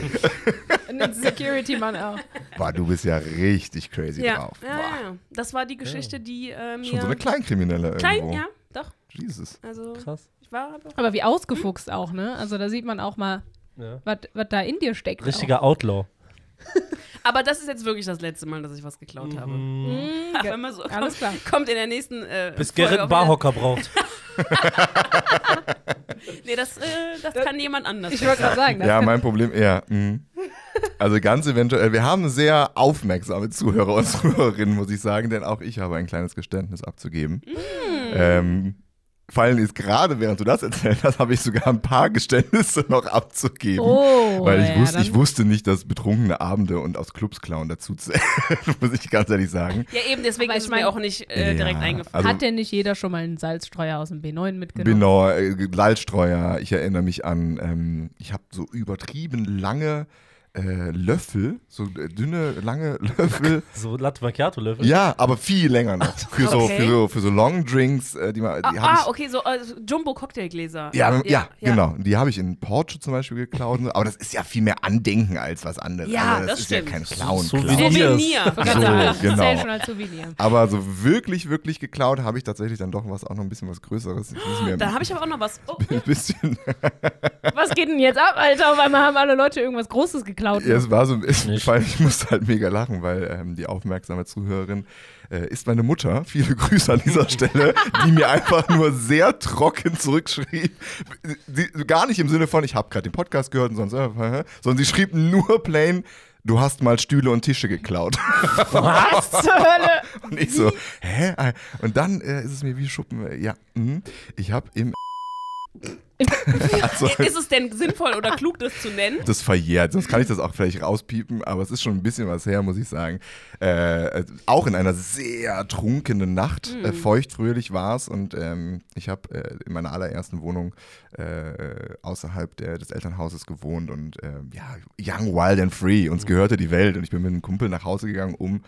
Speaker 2: ein Security-Mann auch.
Speaker 4: Boah, du bist ja richtig crazy
Speaker 3: ja.
Speaker 4: drauf.
Speaker 3: ja, ja,
Speaker 4: Boah.
Speaker 3: ja. Das war die Geschichte, die äh, mir.
Speaker 4: Schon so eine Kleinkriminelle
Speaker 3: Klein,
Speaker 4: irgendwo.
Speaker 3: ja. Doch,
Speaker 4: Jesus.
Speaker 3: also
Speaker 5: Krass.
Speaker 3: ich war einfach.
Speaker 2: Aber wie ausgefuchst auch, ne? Also da sieht man auch mal,
Speaker 5: Ja.
Speaker 2: was da in dir steckt.
Speaker 5: Richtiger Outlaw.
Speaker 3: Aber das ist jetzt wirklich das letzte Mal, dass ich was geklaut habe.
Speaker 2: Auch.
Speaker 5: Mhm.
Speaker 2: Mhm,
Speaker 3: Ach,
Speaker 2: ge-
Speaker 3: wenn man so kommt,
Speaker 2: Alles klar.
Speaker 3: kommt in der nächsten. Äh,
Speaker 5: Bis
Speaker 3: Folge
Speaker 5: Gerrit
Speaker 3: auch wieder-
Speaker 5: Barhocker braucht.
Speaker 3: Nee, das, äh, das kann jemand anders.
Speaker 2: Ich wollte gerade sagen, das
Speaker 4: Ja,
Speaker 2: kann-
Speaker 4: mein Problem, ja. mh. Also ganz eventuell, wir haben sehr aufmerksame Zuhörer und Zuhörerinnen, muss ich sagen, denn auch ich habe ein kleines Geständnis abzugeben.
Speaker 2: Mm.
Speaker 4: Ähm, fallen ist gerade, während du das erzählt hast, habe ich sogar ein paar Geständnisse noch abzugeben.
Speaker 2: Oh,
Speaker 4: Weil ich,
Speaker 2: ja,
Speaker 4: wusste,
Speaker 2: dann-
Speaker 4: ich wusste nicht, dass betrunkene Abende und aus Clubs klauen dazu zählen, <laughs> muss ich ganz ehrlich sagen.
Speaker 3: Ja, eben, deswegen
Speaker 2: Aber
Speaker 3: ist
Speaker 2: ich
Speaker 3: es
Speaker 2: mein-
Speaker 3: mir auch nicht äh,
Speaker 4: Ja,
Speaker 3: direkt eingefallen.
Speaker 4: Also-
Speaker 2: Hat denn nicht jeder schon mal einen Salzstreuer aus dem B9 mitgenommen?
Speaker 4: Genau, äh, Lallstreuer, ich erinnere mich an, ähm, ich habe so übertrieben lange äh, Löffel, so äh, dünne, lange <laughs> Löffel.
Speaker 5: So Latte Macchiato-Löffel.
Speaker 4: ja, aber viel länger noch. Für, so,
Speaker 3: Okay.
Speaker 4: für, so, für so Long Drinks, äh, die, man, die habe
Speaker 3: Ah,
Speaker 4: ich.
Speaker 3: ah, okay, so äh, so Jumbo-Cocktailgläser.
Speaker 4: Ja, ja, genau. Die habe ich in Porto zum Beispiel geklaut. Aber das ist ja viel mehr Andenken als was anderes.
Speaker 3: Ja,
Speaker 4: also
Speaker 3: das
Speaker 4: ist
Speaker 3: stimmt.
Speaker 4: ja kein Klauen.
Speaker 5: So
Speaker 4: Klauen.
Speaker 5: wie-
Speaker 3: Souvenir.
Speaker 2: Ich wollte gerade
Speaker 4: So,
Speaker 2: sagen, das
Speaker 4: genau.
Speaker 2: zählt schon als Souvenir.
Speaker 4: Aber so wirklich, wirklich geklaut habe ich tatsächlich dann doch was auch noch ein bisschen was Größeres. Ich muss mir
Speaker 3: Da habe ich aber auch noch was. Oh,
Speaker 4: <laughs> ein bisschen.
Speaker 2: Was geht denn jetzt ab, Alter? Auf einmal haben alle Leute irgendwas Großes geklaut.
Speaker 4: Ja, es war so, es,
Speaker 5: Nicht.
Speaker 4: vor allem, ich musste halt mega lachen, weil ähm, die aufmerksame Zuhörerin äh, ist meine Mutter. Viele Grüße an dieser Stelle, die mir einfach nur sehr trocken zurückschrieb. Sie, gar nicht im Sinne von, ich habe gerade den Podcast gehört und sonst, äh, äh, sondern sie schrieb nur plain, du hast mal Stühle und Tische geklaut. <laughs>
Speaker 2: Was zur Hölle?
Speaker 4: Und ich so, hä? Ah, Und dann äh, ist es mir wie Schuppen. äh, Ja, mhm. ich habe im. also,
Speaker 3: ist es denn sinnvoll oder klug, das zu nennen?
Speaker 4: das verjährt. Sonst kann ich das auch vielleicht rauspiepen, aber es ist schon ein bisschen was her, muss ich sagen. Äh, also auch in einer sehr trunkenen Nacht, äh, feuchtfröhlich war es und ähm, ich habe äh, in meiner allerersten Wohnung äh, außerhalb der, des Elternhauses gewohnt und äh, ja, young, wild and free. Uns gehörte die Welt und ich bin mit einem Kumpel nach Hause gegangen um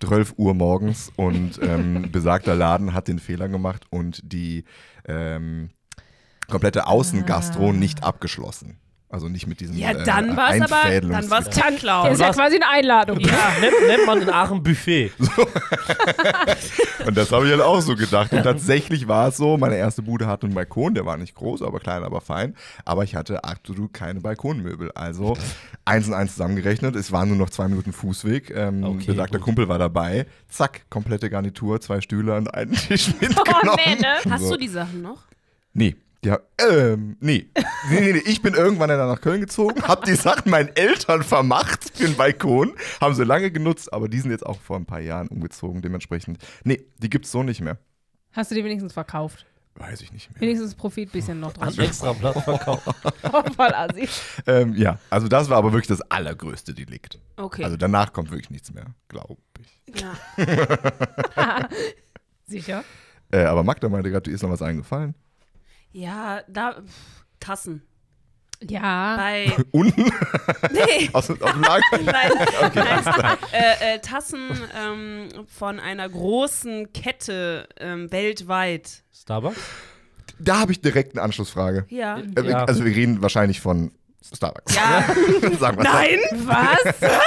Speaker 4: 12 Uhr morgens und ähm, besagter Laden hat den Fehler gemacht und die ähm, komplette Außengastro nicht abgeschlossen. Also nicht mit diesem
Speaker 3: Ah. Ja, dann war
Speaker 4: äh,
Speaker 3: es aber.
Speaker 4: Einfädelungs-
Speaker 3: Dann war es Tanklau.
Speaker 2: Das ist ja
Speaker 5: was?
Speaker 2: quasi eine Einladung.
Speaker 5: Ja, <laughs> nennt, nennt man in Aachen Buffet.
Speaker 4: <laughs> Und das habe ich halt auch so gedacht. Und tatsächlich war es so, meine erste Bude hatte einen Balkon, der war nicht groß, aber klein, aber fein. Aber ich hatte absolut keine Balkonmöbel. Also eins und eins zusammengerechnet, es waren nur noch zwei Minuten Fußweg. Ähm,
Speaker 5: Okay,
Speaker 4: besagter
Speaker 5: gut.
Speaker 4: Kumpel war dabei. Zack, komplette Garnitur, zwei Stühle und
Speaker 3: <laughs>
Speaker 4: einen Tisch mitgenommen.
Speaker 2: nee, ne?
Speaker 3: Oh, Hast
Speaker 4: So.
Speaker 3: du die Sachen noch?
Speaker 4: Nee. Ja, ähm, nee. Nee, nee, nee. Ich bin irgendwann dann nach Köln gezogen, hab die Sachen meinen Eltern vermacht für den Balkon, haben sie lange genutzt, aber die sind jetzt auch vor ein paar Jahren umgezogen, dementsprechend. Nee, die gibt's so nicht mehr.
Speaker 2: Hast du die wenigstens verkauft?
Speaker 4: Weiß ich nicht mehr.
Speaker 2: Wenigstens Profit bisschen noch dran.
Speaker 4: <laughs>
Speaker 5: An extra Blatt verkauft.
Speaker 2: Voll assi.
Speaker 4: Ähm, ja, also das war aber wirklich das allergrößte Delikt.
Speaker 3: Okay.
Speaker 4: Also danach kommt wirklich nichts mehr, glaube ich.
Speaker 3: ja.
Speaker 2: Sicher?
Speaker 4: Äh, aber Magda meinte gerade, dir ist noch was eingefallen. <laughs>
Speaker 3: ja, da. pff, Tassen.
Speaker 2: Ja.
Speaker 3: Bei.
Speaker 4: Unten
Speaker 3: Nee.
Speaker 4: aus, aus dem Lager.
Speaker 3: <laughs> Nein, nein. Äh, äh, Tassen ähm, von einer großen Kette ähm, weltweit.
Speaker 5: Starbucks?
Speaker 4: Da habe ich direkt eine Anschlussfrage.
Speaker 3: Ja.
Speaker 4: Äh,
Speaker 5: Ja.
Speaker 4: Also wir reden wahrscheinlich von Starbucks.
Speaker 3: Ja.
Speaker 4: <laughs> Sagen wir's
Speaker 3: Nein.
Speaker 2: Was?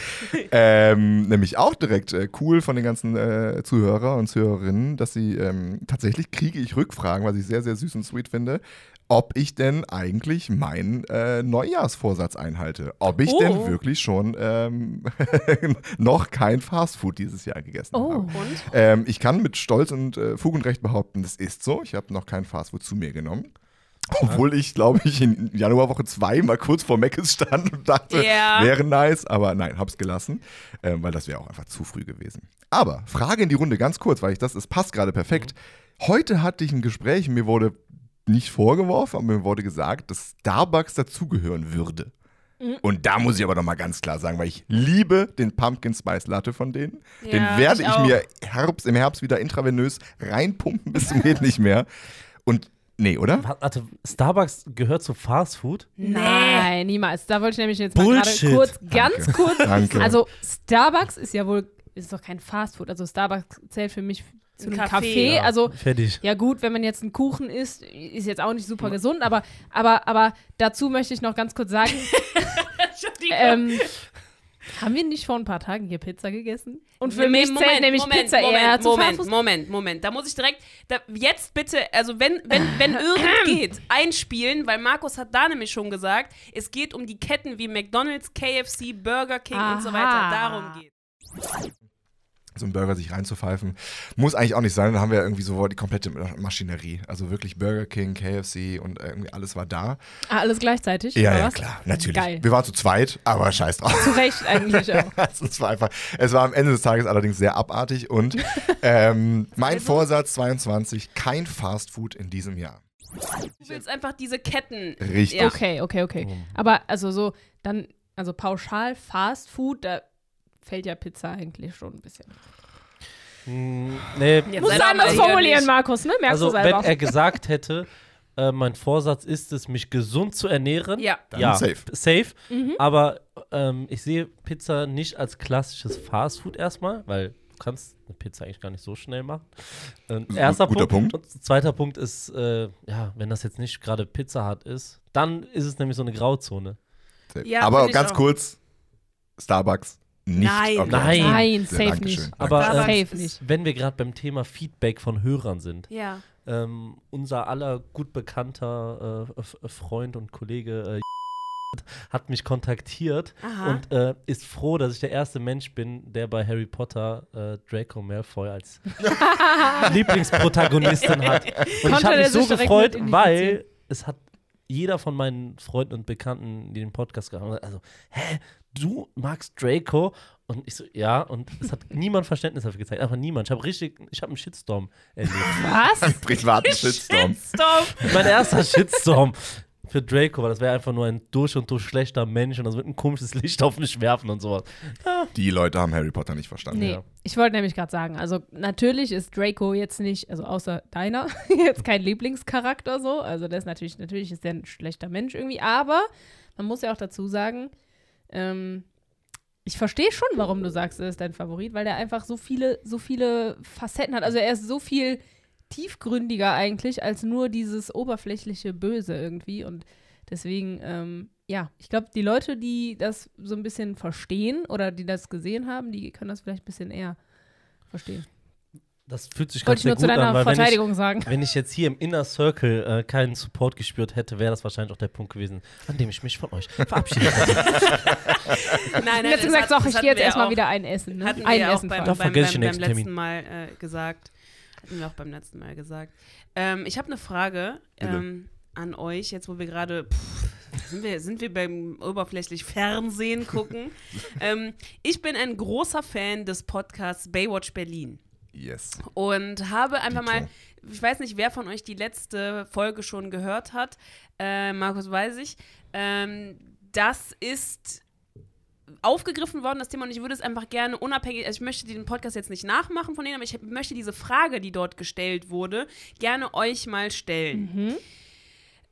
Speaker 4: <laughs> Ähm, nämlich auch direkt äh, cool von den ganzen äh, Zuhörer und Zuhörerinnen, dass sie ähm, tatsächlich kriege ich Rückfragen, was ich sehr, sehr süß und sweet finde, ob ich denn eigentlich meinen äh, Neujahrsvorsatz einhalte. Ob ich
Speaker 3: Oh.
Speaker 4: denn wirklich schon ähm, <laughs> noch kein Fastfood dieses Jahr gegessen
Speaker 2: Oh.
Speaker 4: habe.
Speaker 3: Und?
Speaker 4: Ähm, ich kann mit Stolz und äh, Fug und Recht behaupten, das ist so. Ich habe noch kein Fastfood zu mir genommen. Obwohl ich, glaube ich, in Januarwoche 2 mal kurz vor Meckes stand und dachte,
Speaker 3: Ja.
Speaker 4: wäre nice, aber nein, hab's gelassen, ähm, weil das wäre auch einfach zu früh gewesen. Aber Frage in die Runde ganz kurz, weil ich das, es passt gerade perfekt. Heute hatte ich ein Gespräch, mir wurde nicht vorgeworfen, aber mir wurde gesagt, dass Starbucks dazugehören würde.
Speaker 2: Mhm.
Speaker 4: Und da muss ich aber nochmal ganz klar sagen, weil ich liebe den Pumpkin Spice Latte von denen.
Speaker 3: Ja,
Speaker 4: den werde
Speaker 3: ich
Speaker 4: ich,
Speaker 3: auch.
Speaker 4: mir Herbst, im Herbst wieder intravenös reinpumpen <laughs> bis zum geht nicht mehr. Und nee, oder?
Speaker 5: Warte, Starbucks gehört zu Fast Food?
Speaker 2: Nein, niemals. Da wollte ich nämlich jetzt mal
Speaker 5: Bullshit.
Speaker 2: gerade kurz, ganz
Speaker 4: Danke.
Speaker 2: kurz.
Speaker 4: Danke.
Speaker 2: Also Starbucks ist ja wohl, ist doch kein Fastfood. Also Starbucks zählt für mich zu
Speaker 3: Ein
Speaker 2: einem
Speaker 3: Café.
Speaker 2: Café.
Speaker 5: Ja,
Speaker 2: Also
Speaker 5: Fertig.
Speaker 2: ja gut, wenn man jetzt einen Kuchen isst, ist jetzt auch nicht super gesund, aber, aber, aber dazu möchte ich noch ganz
Speaker 3: <laughs>
Speaker 2: kurz sagen,
Speaker 3: Entschuldigung.
Speaker 2: ähm, haben wir nicht vor ein paar Tagen hier Pizza gegessen? Und für mich zählt nämlich Pizza
Speaker 3: Moment,
Speaker 2: eher zu
Speaker 3: Moment,
Speaker 2: Fahrfuß-
Speaker 3: Moment, Moment, Moment. Da muss ich direkt, da, jetzt bitte, also wenn, wenn,
Speaker 2: <laughs>
Speaker 3: wenn irgend geht, einspielen, weil Markus hat da nämlich schon gesagt, es geht um die Ketten wie McDonalds, KFC, Burger King und so weiter.
Speaker 2: Aha.
Speaker 3: Darum geht
Speaker 4: so einen Burger sich reinzupfeifen. Muss eigentlich auch nicht sein. Da haben wir ja irgendwie so die komplette Maschinerie. Also wirklich Burger King, KFC und irgendwie alles war da.
Speaker 2: Ah, alles gleichzeitig?
Speaker 4: Ja,
Speaker 2: oder
Speaker 4: ja,
Speaker 2: was?
Speaker 4: klar, natürlich.
Speaker 2: Geil.
Speaker 4: Wir waren zu zweit, aber scheiß drauf.
Speaker 2: Zu Recht eigentlich auch.
Speaker 4: <laughs> Also, es war einfach, es war am Ende des Tages allerdings sehr abartig und
Speaker 3: <laughs>
Speaker 4: ähm, mein Vorsatz 22, kein Fast Food in diesem Jahr.
Speaker 3: Du willst einfach diese Ketten. <laughs>
Speaker 4: Richtig.
Speaker 3: Ja.
Speaker 2: Okay, okay, okay.
Speaker 4: Oh.
Speaker 2: Aber also so, dann, also pauschal Fast Food, da fällt ja Pizza eigentlich schon ein bisschen.
Speaker 5: Mm, Nee,
Speaker 3: Jetzt
Speaker 2: Muss
Speaker 3: Leider
Speaker 2: anders
Speaker 3: mal wieder
Speaker 2: formulieren,
Speaker 3: nicht.
Speaker 2: Markus, ne? Merkst
Speaker 5: also
Speaker 2: du
Speaker 5: wenn
Speaker 2: selber.
Speaker 5: er gesagt hätte, äh, mein Vorsatz ist es, mich gesund zu ernähren.
Speaker 3: Ja.
Speaker 4: Dann safe.
Speaker 5: safe.
Speaker 2: Mhm.
Speaker 5: Aber ähm, ich sehe Pizza nicht als klassisches Fastfood erstmal, weil du kannst eine Pizza eigentlich gar nicht so schnell machen. Ähm,
Speaker 4: Ist ein
Speaker 5: erster
Speaker 4: guter
Speaker 5: Punkt.
Speaker 4: Punkt.
Speaker 5: Und zweiter Punkt ist, äh, ja, wenn das jetzt nicht gerade Pizza Hut ist, dann ist es nämlich so eine Grauzone.
Speaker 3: Ja,
Speaker 4: aber
Speaker 3: find ich
Speaker 4: ganz
Speaker 3: auch.
Speaker 4: kurz, Starbucks nicht.
Speaker 3: Nein.
Speaker 4: okay.
Speaker 5: Nein.
Speaker 2: Nein,
Speaker 4: Sehr
Speaker 2: safe
Speaker 4: Dankeschön.
Speaker 2: nicht.
Speaker 5: Aber
Speaker 3: Aber
Speaker 5: ähm,
Speaker 2: safe nicht.
Speaker 5: wenn wir gerade beim Thema Feedback von Hörern sind,
Speaker 3: Ja.
Speaker 5: ähm, unser aller gut bekannter äh, F- Freund und Kollege äh, <laughs> hat mich kontaktiert
Speaker 3: Aha.
Speaker 5: und äh, ist froh, dass ich der erste Mensch bin, der bei Harry Potter äh, Draco Malfoy als Lieblingsprotagonistin hat. Und ich
Speaker 2: Konnte
Speaker 5: habe mich
Speaker 2: der
Speaker 5: so
Speaker 2: sich direkt
Speaker 5: gefreut,
Speaker 2: mit
Speaker 5: weil
Speaker 2: identifizieren?
Speaker 5: es hat jeder von meinen Freunden und Bekannten, die den Podcast gehört haben, also, hä, du magst Draco? Und ich so, ja, und es hat <laughs> niemand Verständnis dafür gezeigt. Einfach niemand. Ich habe richtig, ich habe einen Shitstorm erlebt.
Speaker 2: Was?
Speaker 3: <laughs>
Speaker 4: <laughs> Privaten Shitstorm.
Speaker 3: Stop.
Speaker 5: Mein erster Shitstorm für Draco, weil das wäre einfach nur ein durch und durch schlechter Mensch und das wird ein komisches Licht auf mich werfen und sowas.
Speaker 4: Die Leute haben Harry Potter nicht
Speaker 2: <laughs>
Speaker 4: verstanden.
Speaker 2: Nee,
Speaker 5: Ja.
Speaker 2: ich wollte nämlich gerade sagen, also natürlich ist Draco jetzt nicht, also außer deiner, <laughs> jetzt kein Lieblingscharakter so. Also der ist natürlich, natürlich ist der ein schlechter Mensch irgendwie, aber man muss ja auch dazu sagen, ähm, ich verstehe schon, warum du sagst, er ist dein Favorit, weil der einfach so viele, so viele Facetten hat. Also er ist so viel tiefgründiger eigentlich als nur dieses oberflächliche Böse irgendwie. Und deswegen, ähm, ja, ich glaube, die Leute, die das so ein bisschen verstehen oder die das gesehen haben, die können das vielleicht ein bisschen eher verstehen.
Speaker 5: Das fühlt sich
Speaker 2: Wollte
Speaker 5: ganz
Speaker 2: ich
Speaker 5: sehr
Speaker 2: nur zu
Speaker 5: gut
Speaker 2: deiner
Speaker 5: an, weil wenn ich,
Speaker 2: Verteidigung sagen.
Speaker 5: wenn ich jetzt hier im Inner Circle äh, keinen Support gespürt hätte, wäre das wahrscheinlich auch der Punkt gewesen, an dem ich mich von
Speaker 2: <laughs>
Speaker 5: euch verabschiede.
Speaker 3: Nein, nein,
Speaker 2: Ich hätte
Speaker 3: das
Speaker 2: gesagt,
Speaker 3: hat-
Speaker 2: so,
Speaker 3: das
Speaker 2: ich gehe jetzt
Speaker 3: hatten wir
Speaker 2: erstmal
Speaker 3: auch-
Speaker 2: wieder ein Essen. Ne?
Speaker 3: Hatten
Speaker 2: ein
Speaker 3: wir ja auch
Speaker 2: Essen
Speaker 3: beim,
Speaker 2: vor
Speaker 3: beim,
Speaker 2: allem.
Speaker 5: Da
Speaker 3: beim,
Speaker 5: vergesse ich
Speaker 3: beim,
Speaker 5: den nächsten
Speaker 3: letzten
Speaker 5: Termin.
Speaker 3: Mal äh, gesagt. Hatten wir auch beim letzten Mal gesagt. Ähm, ich habe eine Frage
Speaker 4: Bitte.
Speaker 3: ähm, an euch, jetzt wo wir gerade. pff, Sind wir, sind wir beim oberflächlich Fernsehen gucken?
Speaker 5: <laughs>
Speaker 3: ähm, ich bin ein großer Fan des Podcasts Baywatch Berlin
Speaker 4: Yes.
Speaker 3: und habe einfach
Speaker 4: Dito.
Speaker 3: mal, ich weiß nicht, wer von euch die letzte Folge schon gehört hat, äh, Markus weiß ich, ähm, das ist aufgegriffen worden, das Thema, und ich würde es einfach gerne unabhängig, also ich möchte den Podcast jetzt nicht nachmachen von denen, aber ich möchte diese Frage, die dort gestellt wurde, gerne euch mal stellen.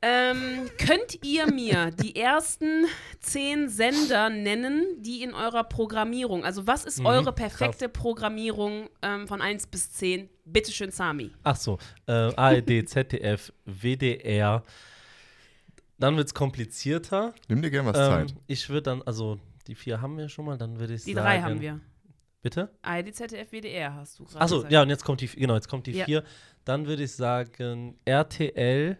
Speaker 3: Ähm, könnt ihr mir die ersten zehn Sender nennen, die in eurer Programmierung, also was ist
Speaker 5: Mhm,
Speaker 3: eure
Speaker 5: krass.
Speaker 3: perfekte Programmierung ähm, von 1 bis 10? Bitteschön, Sami.
Speaker 5: Ach so, äh, ARD, ZDF, WDR. Dann wird es komplizierter.
Speaker 4: Nimm dir gern was
Speaker 5: Ähm,
Speaker 4: Zeit.
Speaker 5: ich würde dann, also die vier haben wir schon mal, dann würde ich
Speaker 3: Die
Speaker 5: sagen.
Speaker 3: drei haben wir.
Speaker 5: Bitte?
Speaker 3: ARD, ZDF, WDR hast du gerade
Speaker 5: Achso,
Speaker 3: gesagt.
Speaker 5: ja, und jetzt kommt die, genau, jetzt kommt die
Speaker 3: Ja.
Speaker 5: 4. Dann würde ich sagen, RTL,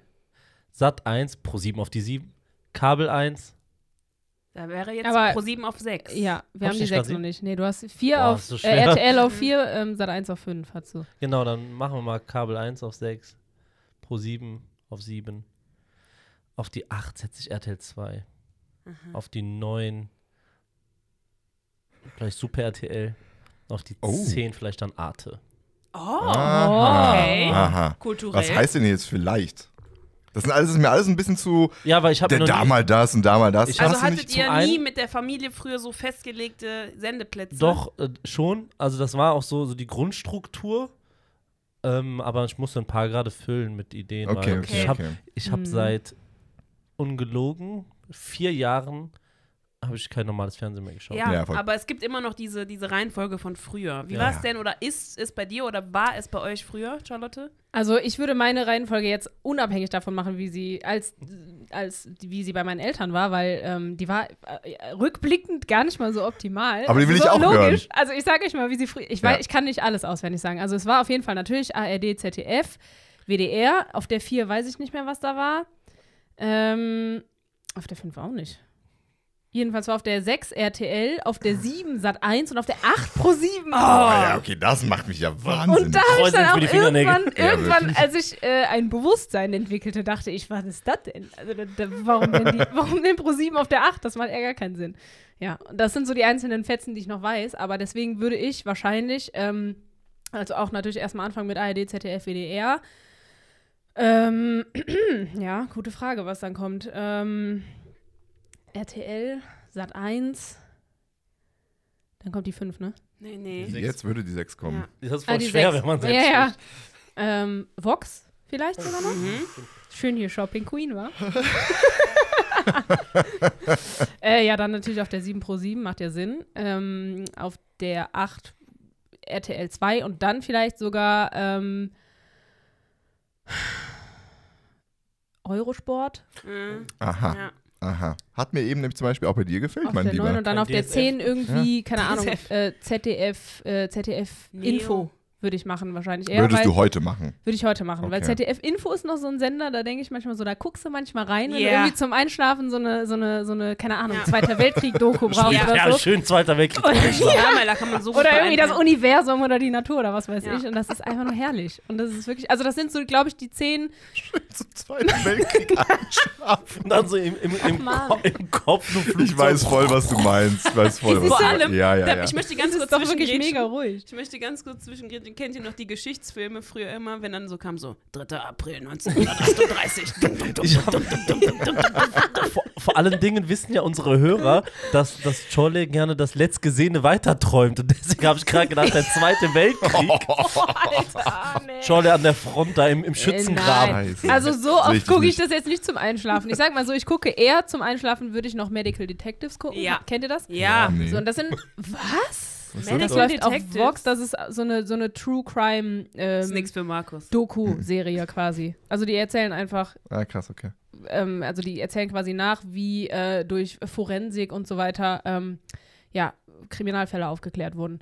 Speaker 5: Sat 1, Pro 7 auf die 7, Kabel 1.
Speaker 3: Da wäre jetzt
Speaker 2: Aber-
Speaker 3: pro 7 auf 6.
Speaker 2: Ja, wir
Speaker 5: Hab
Speaker 2: haben
Speaker 5: ich
Speaker 2: die
Speaker 5: nicht
Speaker 2: sechs
Speaker 5: gesehen.
Speaker 2: noch nicht. Nee, du hast vier
Speaker 5: Boah,
Speaker 2: auf
Speaker 5: ist so
Speaker 2: äh,
Speaker 5: schwer.
Speaker 2: RTL auf vier, ähm, Sat 1 auf fünf hast du.
Speaker 5: Genau, dann machen wir mal Kabel 1 auf 6, Pro 7 auf 7. Auf die 8 setze ich RTL 2. Auf die 9 vielleicht Super RTL. Auf die
Speaker 4: Oh.
Speaker 5: 10 vielleicht dann Arte.
Speaker 3: Oh,
Speaker 5: Ah.
Speaker 4: Aha.
Speaker 3: okay.
Speaker 4: Aha.
Speaker 3: kulturell.
Speaker 4: Was heißt denn jetzt vielleicht? Das, sind alles, das ist mir alles ein bisschen zu.
Speaker 5: Ja, weil ich habe
Speaker 4: Der
Speaker 5: noch nie-
Speaker 4: da mal das und da mal das.
Speaker 5: Ich
Speaker 4: Hast
Speaker 3: also
Speaker 5: hab-
Speaker 4: du
Speaker 3: hattet
Speaker 5: zum
Speaker 3: ihr nie
Speaker 5: einen-
Speaker 3: mit der Familie früher so festgelegte Sendeplätze?
Speaker 5: Doch, äh, schon. Also das war auch so, so die Grundstruktur. Ähm, aber ich musste ein paar gerade füllen mit Ideen. weil
Speaker 4: Okay, okay,
Speaker 5: ich habe
Speaker 4: okay.
Speaker 5: ich hab
Speaker 2: Mhm.
Speaker 5: seit ungelogen vier Jahren habe ich kein normales Fernsehen mehr geschaut.
Speaker 3: Ja,
Speaker 4: Ja, voll.
Speaker 3: aber es gibt immer noch diese, diese Reihenfolge von früher. Wie
Speaker 5: Ja.
Speaker 3: war es
Speaker 4: Ja.
Speaker 3: denn oder ist es bei dir oder war es bei euch früher, Charlotte?
Speaker 2: Also ich würde meine Reihenfolge jetzt unabhängig davon machen, wie sie als, als wie sie bei meinen Eltern war, weil ähm, die war äh, rückblickend gar nicht mal so optimal.
Speaker 4: Aber die will
Speaker 2: also
Speaker 4: ich
Speaker 2: so
Speaker 4: auch
Speaker 2: logisch. Also ich sage euch mal, wie sie früher. Ich, weiß,
Speaker 4: Ja.
Speaker 2: ich kann nicht alles auswendig sagen. Also es war auf jeden Fall natürlich ARD, ZDF, WDR. Auf der 4 weiß ich nicht mehr, was da war. Ähm, auf der 5 auch nicht. Jedenfalls war auf der 6 RTL, auf der 7 Sat 1 und auf der 8 Pro 7.
Speaker 4: Ah, ja, okay, das macht mich ja wahnsinnig.
Speaker 2: Und da habe ich
Speaker 5: Kreuzen
Speaker 2: dann
Speaker 5: für
Speaker 2: auch
Speaker 5: die Fingernägel.
Speaker 2: irgendwann,
Speaker 4: Ja,
Speaker 2: irgendwann
Speaker 4: wirklich.
Speaker 2: als ich äh, ein Bewusstsein entwickelte, dachte ich, was ist das denn? Also, da, da, warum, denn
Speaker 4: <laughs>
Speaker 2: die, warum denn Pro 7 auf der 8? Das macht ja gar keinen Sinn. Ja, und das sind so die einzelnen Fetzen, die ich noch weiß, aber deswegen würde ich wahrscheinlich, ähm, also auch natürlich erstmal anfangen mit ARD, ZDF, WDR. Ähm, <clears throat> ja, gute Frage, was dann kommt. Ähm, RTL, Sat 1, dann kommt die 5, ne?
Speaker 3: Nee, nee.
Speaker 4: Jetzt würde die 6 kommen.
Speaker 3: Ja.
Speaker 5: Das ist
Speaker 2: Ah,
Speaker 5: voll
Speaker 2: die
Speaker 5: schwer,
Speaker 2: sechs.
Speaker 5: wenn man selbst
Speaker 2: Ja, ja.
Speaker 5: nicht-
Speaker 2: Ähm, Vox vielleicht sogar noch?
Speaker 5: Mhm.
Speaker 2: Schön hier Shopping Queen,
Speaker 5: <laughs>
Speaker 2: wa? <laughs> äh, ja, dann natürlich auf der 7 Pro 7, macht ja Sinn. Ähm, auf der 8 RTL 2 und dann vielleicht sogar ähm, Eurosport
Speaker 3: Mhm.
Speaker 4: Aha,
Speaker 3: Ja.
Speaker 4: aha. Hat mir eben nämlich zum Beispiel auch bei dir gefehlt,
Speaker 2: auf
Speaker 4: mein
Speaker 2: der 9
Speaker 4: Lieber.
Speaker 2: und dann
Speaker 5: Kein
Speaker 2: auf der
Speaker 5: DSF.
Speaker 2: 10 irgendwie, keine Ahnung,
Speaker 3: DSF.
Speaker 2: äh, ZDF, äh, ZDF
Speaker 3: Neo.
Speaker 2: Info würde ich machen wahrscheinlich. Eher,
Speaker 4: Würdest
Speaker 2: weil-
Speaker 4: du
Speaker 2: <laughs>
Speaker 4: heute machen.
Speaker 2: Würde ich heute machen, weil
Speaker 4: Okay.
Speaker 2: ZDF Info ist noch so ein Sender, da denke ich manchmal so, da guckst du manchmal rein, wenn
Speaker 3: Ja.
Speaker 2: du irgendwie zum Einschlafen so eine, so eine, so eine keine Ahnung,
Speaker 3: Ja. <laughs>
Speaker 2: Zweiter Weltkrieg-Doku brauchst
Speaker 5: Ja,
Speaker 2: oder so.
Speaker 5: schön Zweiter
Speaker 2: <laughs>
Speaker 5: Weltkrieg.
Speaker 3: Ja, weil da kann man so gut
Speaker 2: Oder irgendwie das
Speaker 3: beeinflussen.
Speaker 2: Universum oder die Natur oder was weiß
Speaker 3: Ja.
Speaker 2: ich. Und das ist einfach nur herrlich. Und das ist wirklich, also das sind so, glaube ich,
Speaker 3: <laughs>
Speaker 2: die zehn.
Speaker 4: Zum Zweiten Weltkrieg
Speaker 5: Und dann so im, im, im,
Speaker 2: Mann.
Speaker 5: Ko im Kopf nur
Speaker 4: Ich weiß voll, was du meinst. Ich weiß voll, was
Speaker 3: Vor
Speaker 4: du
Speaker 3: allem,
Speaker 4: meinst. Ja, ja,
Speaker 3: da-
Speaker 4: ja.
Speaker 3: ich möchte
Speaker 2: Das
Speaker 3: ganz kurz
Speaker 2: ist doch wirklich
Speaker 3: zwischengrätschen.
Speaker 2: mega ruhig.
Speaker 3: Ich möchte ganz kurz zwischengrätschen. Kennt ihr noch die Geschichtsfilme früher immer, wenn dann so kam so 3. April
Speaker 4: <laughs>
Speaker 3: 1938. Dum, dum, dum,
Speaker 5: Ich
Speaker 3: dum, dum, dum, dum, dum, dum.
Speaker 5: vor, vor allen Dingen wissen ja unsere Hörer, dass, dass Cholle gerne das Letztgesehene weiterträumt. Und deswegen habe ich gerade gedacht, der
Speaker 4: <laughs>
Speaker 5: Zweite Weltkrieg.
Speaker 2: <laughs>
Speaker 5: <laughs>
Speaker 2: Alter, nee.
Speaker 5: Cholle an der Front da
Speaker 3: Äh,
Speaker 5: im, im Schützengraben.
Speaker 2: Nein.
Speaker 4: Scheiße.
Speaker 2: Also so
Speaker 4: Sehe
Speaker 2: oft
Speaker 4: ich das
Speaker 2: gucke ich
Speaker 4: nicht.
Speaker 2: das jetzt nicht zum Einschlafen. Ich sag mal so, ich gucke eher zum Einschlafen, würde ich noch Medical Detectives gucken.
Speaker 3: Ja.
Speaker 2: Kennt ihr das?
Speaker 4: Ah,
Speaker 3: Ja.
Speaker 4: nee.
Speaker 2: So, und das
Speaker 4: <laughs>
Speaker 2: sind. Was?
Speaker 4: sind
Speaker 2: Das
Speaker 4: das?
Speaker 2: läuft auf
Speaker 3: Detectives.
Speaker 2: Vox, das ist so eine, so eine True Crime
Speaker 3: Das ist
Speaker 2: ähm,
Speaker 3: nichts für Markus.
Speaker 2: Doku-Serie quasi. Also die erzählen einfach,
Speaker 4: Ah, krass, okay.
Speaker 2: ähm, also die erzählen quasi nach, wie äh, durch Forensik und so weiter ähm, ja, Kriminalfälle aufgeklärt wurden.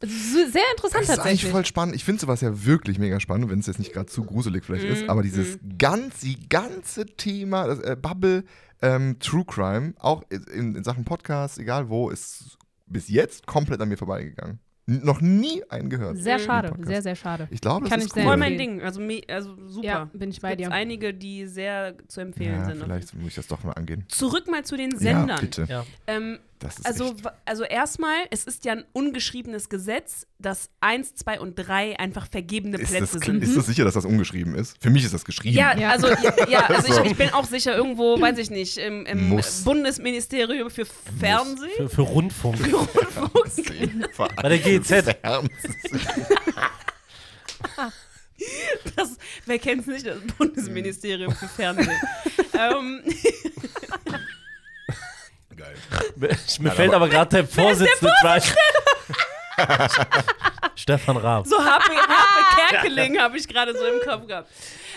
Speaker 2: Es ist Sehr interessant
Speaker 4: Das ist eigentlich
Speaker 2: tatsächlich.
Speaker 4: voll spannend. Ich finde sowas ja wirklich mega spannend, wenn es jetzt nicht gerade zu gruselig vielleicht ist. Aber dieses ganze, die ganze Thema, das, äh, Bubble, ähm, True Crime, auch in, in Sachen Podcast, egal wo, ist bis jetzt komplett an mir vorbeigegangen. N noch nie einen gehört.
Speaker 2: Sehr
Speaker 4: im
Speaker 2: schade,
Speaker 4: Podcast.
Speaker 2: sehr, sehr schade.
Speaker 4: Ich glaube, das
Speaker 2: Kann
Speaker 4: ist
Speaker 2: ich
Speaker 4: cool.
Speaker 2: sehr
Speaker 3: Voll
Speaker 2: empfehlen.
Speaker 3: mein Ding. Also, me- also super.
Speaker 2: Ja, bin ich bei
Speaker 3: Gibt's
Speaker 2: dir.
Speaker 3: einige, die sehr zu empfehlen
Speaker 4: ja,
Speaker 3: sind. auf jeden
Speaker 4: vielleicht muss ich das doch mal angehen.
Speaker 3: Fall. Zurück mal zu den
Speaker 4: Ja,
Speaker 3: Sendern.
Speaker 4: bitte.
Speaker 5: Ja.
Speaker 3: Ähm,
Speaker 4: Das ist
Speaker 3: also,
Speaker 4: echt.
Speaker 3: wa- also erstmal, es ist ja ein ungeschriebenes Gesetz, dass 1, 2 und 3 einfach vergebene
Speaker 4: Ist das,
Speaker 3: Plätze
Speaker 4: kl-
Speaker 3: sind.
Speaker 4: ist das sicher, dass das umgeschrieben ist? Für mich ist das geschrieben.
Speaker 3: Ja,
Speaker 2: Ja.
Speaker 3: also, ja, ja,
Speaker 4: <laughs>
Speaker 3: also
Speaker 4: So.
Speaker 3: ich, ich bin auch sicher irgendwo, weiß ich nicht, im, im
Speaker 4: Muss.
Speaker 3: Bundesministerium für Fernsehen.
Speaker 5: Für, für Rundfunk.
Speaker 3: <laughs>
Speaker 4: Auf jeden Fall.
Speaker 5: Bei der
Speaker 4: <laughs>
Speaker 5: GZ.
Speaker 3: Das, wer kennt es nicht, das Bundesministerium für
Speaker 4: <laughs>
Speaker 3: Fernsehen. ähm,
Speaker 4: Geil.
Speaker 5: Mir fällt aber gerade der Vorsitzende gleich. <laughs> Stefan Raab.
Speaker 3: so Harpe, Harpe Kerkeling habe ich gerade so im Kopf gehabt.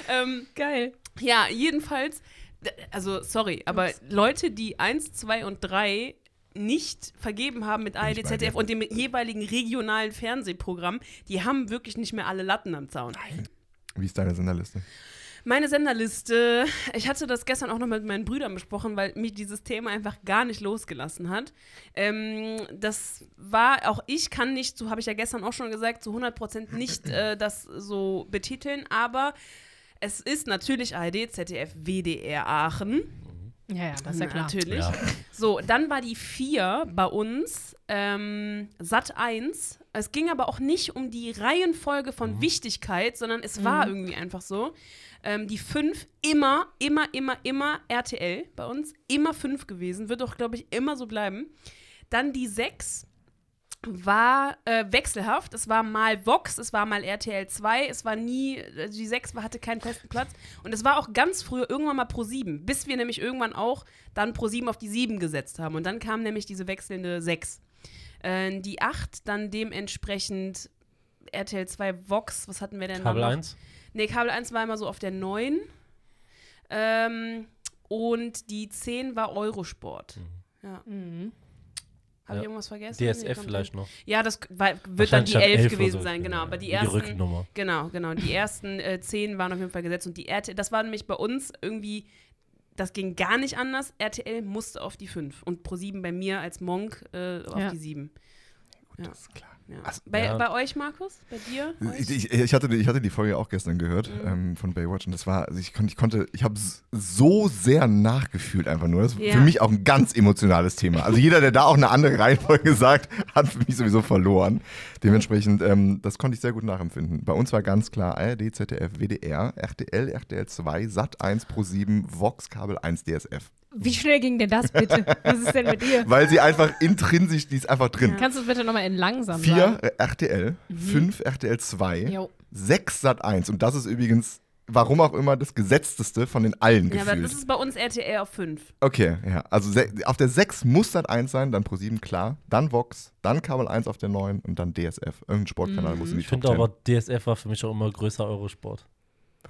Speaker 3: Ähm,
Speaker 2: Geil.
Speaker 3: Ja, jedenfalls, d- also sorry, aber Leute, die 1, 2 und 3 nicht vergeben haben mit
Speaker 4: ich
Speaker 3: ARD,
Speaker 4: bei
Speaker 3: ZDF
Speaker 4: dir.
Speaker 3: und dem jeweiligen regionalen Fernsehprogramm, die haben wirklich nicht mehr alle Latten am Zaun.
Speaker 4: Wie ist deine Senderliste?
Speaker 3: Meine Senderliste, ich hatte das gestern auch noch mit meinen Brüdern besprochen, weil mich dieses Thema einfach gar nicht losgelassen hat. Ähm, das war auch ich kann nicht, so habe ich ja gestern auch schon gesagt, zu 100% nicht äh,
Speaker 2: <laughs>
Speaker 3: das so betiteln, aber es ist natürlich ARD, ZDF, WDR Aachen.
Speaker 2: Ja, ja, das ist ja klar.
Speaker 3: Natürlich.
Speaker 5: Ja.
Speaker 3: So, dann war die 4 bei uns, ähm, Sat 1. Es ging aber auch nicht um die Reihenfolge von
Speaker 2: Mhm.
Speaker 3: Wichtigkeit, sondern es war irgendwie einfach so. Ähm, die 5 immer, immer, immer, immer RTL bei uns. Immer 5 gewesen. Wird auch, glaube ich, immer so bleiben. Dann die 6 war äh, wechselhaft. Es war mal Vox, es war mal RTL 2, es war nie, also die 6 hatte keinen festen Platz. Und es war auch ganz früher irgendwann mal Pro 7, bis wir nämlich irgendwann auch dann Pro 7 auf die 7 gesetzt haben. Und dann kam nämlich diese wechselnde 6. Äh, die 8 dann dementsprechend RTL 2 Vox, was hatten wir denn
Speaker 5: Kabel
Speaker 3: noch?
Speaker 5: 1.
Speaker 3: Nee, Kabel 1 war immer so auf der 9. Ähm, und die 10 war Eurosport. Ja.
Speaker 2: Mhm.
Speaker 3: Habe
Speaker 5: Ja.
Speaker 3: ich irgendwas vergessen? Nee,
Speaker 5: DSF
Speaker 3: kommt
Speaker 5: vielleicht noch.
Speaker 3: hin. Ja, das war, wird dann
Speaker 5: Wahrscheinlich
Speaker 3: die
Speaker 5: statt
Speaker 3: 11
Speaker 5: 11 oder
Speaker 3: gewesen
Speaker 5: so.
Speaker 3: sein, genau.
Speaker 5: Ja,
Speaker 3: Aber die
Speaker 5: die
Speaker 3: ersten.
Speaker 5: Rückennummer.
Speaker 3: Genau, genau. Die ersten äh, 10 waren auf jeden Fall gesetzt. Und die RTL, das war nämlich bei uns irgendwie, das ging gar nicht anders. RTL musste auf die 5. Und Pro 7 bei mir als Monk äh, auf
Speaker 2: Ja.
Speaker 3: die 7. Ja.
Speaker 4: Alles klar.
Speaker 3: Ja.
Speaker 4: Also,
Speaker 3: bei,
Speaker 5: ja.
Speaker 3: bei euch, Markus? Bei dir?
Speaker 4: Ich,
Speaker 3: Euch?
Speaker 4: ich, ich, hatte, die- ich hatte die Folge auch gestern gehört ähm, von Baywatch und das war, also ich, kon, ich konnte, ich habe so sehr nachgefühlt einfach nur. Das ist
Speaker 3: Ja.
Speaker 4: für mich auch ein ganz emotionales Thema. Also jeder, der da auch eine andere Reihenfolge sagt, hat für mich sowieso verloren. Dementsprechend, ähm, das konnte ich sehr gut nachempfinden. Bei uns war ganz klar ARD, ZDF, WDR, RTL, RTL 2, SAT 1 Pro 7, Vox, Kabel 1, DSF.
Speaker 2: Wie schnell ging denn das bitte?
Speaker 4: <laughs>
Speaker 2: Was ist denn mit dir?
Speaker 4: Weil sie einfach intrinsisch, die ist einfach drin.
Speaker 2: Kannst du es bitte nochmal in langsam sagen?
Speaker 4: Vier äh, RTL, fünf RTL 2,
Speaker 2: Jo.
Speaker 4: sechs Sat 1 und das ist übrigens, warum auch immer, das Gesetzteste von den allen
Speaker 3: Ja, aber das
Speaker 4: gefühlt.
Speaker 3: ist bei uns RTL auf 5.
Speaker 4: Okay, ja. Also se- auf der 6 muss Sat 1 sein, dann Pro 7, klar, dann Vox, dann Kabel 1 auf der 9 und dann DSF. Irgendein Sportkanal
Speaker 3: Mhm.
Speaker 4: muss in die
Speaker 5: Ich
Speaker 4: Top
Speaker 5: finde
Speaker 4: 10.
Speaker 5: aber, DSF war für mich auch immer größer Eurosport.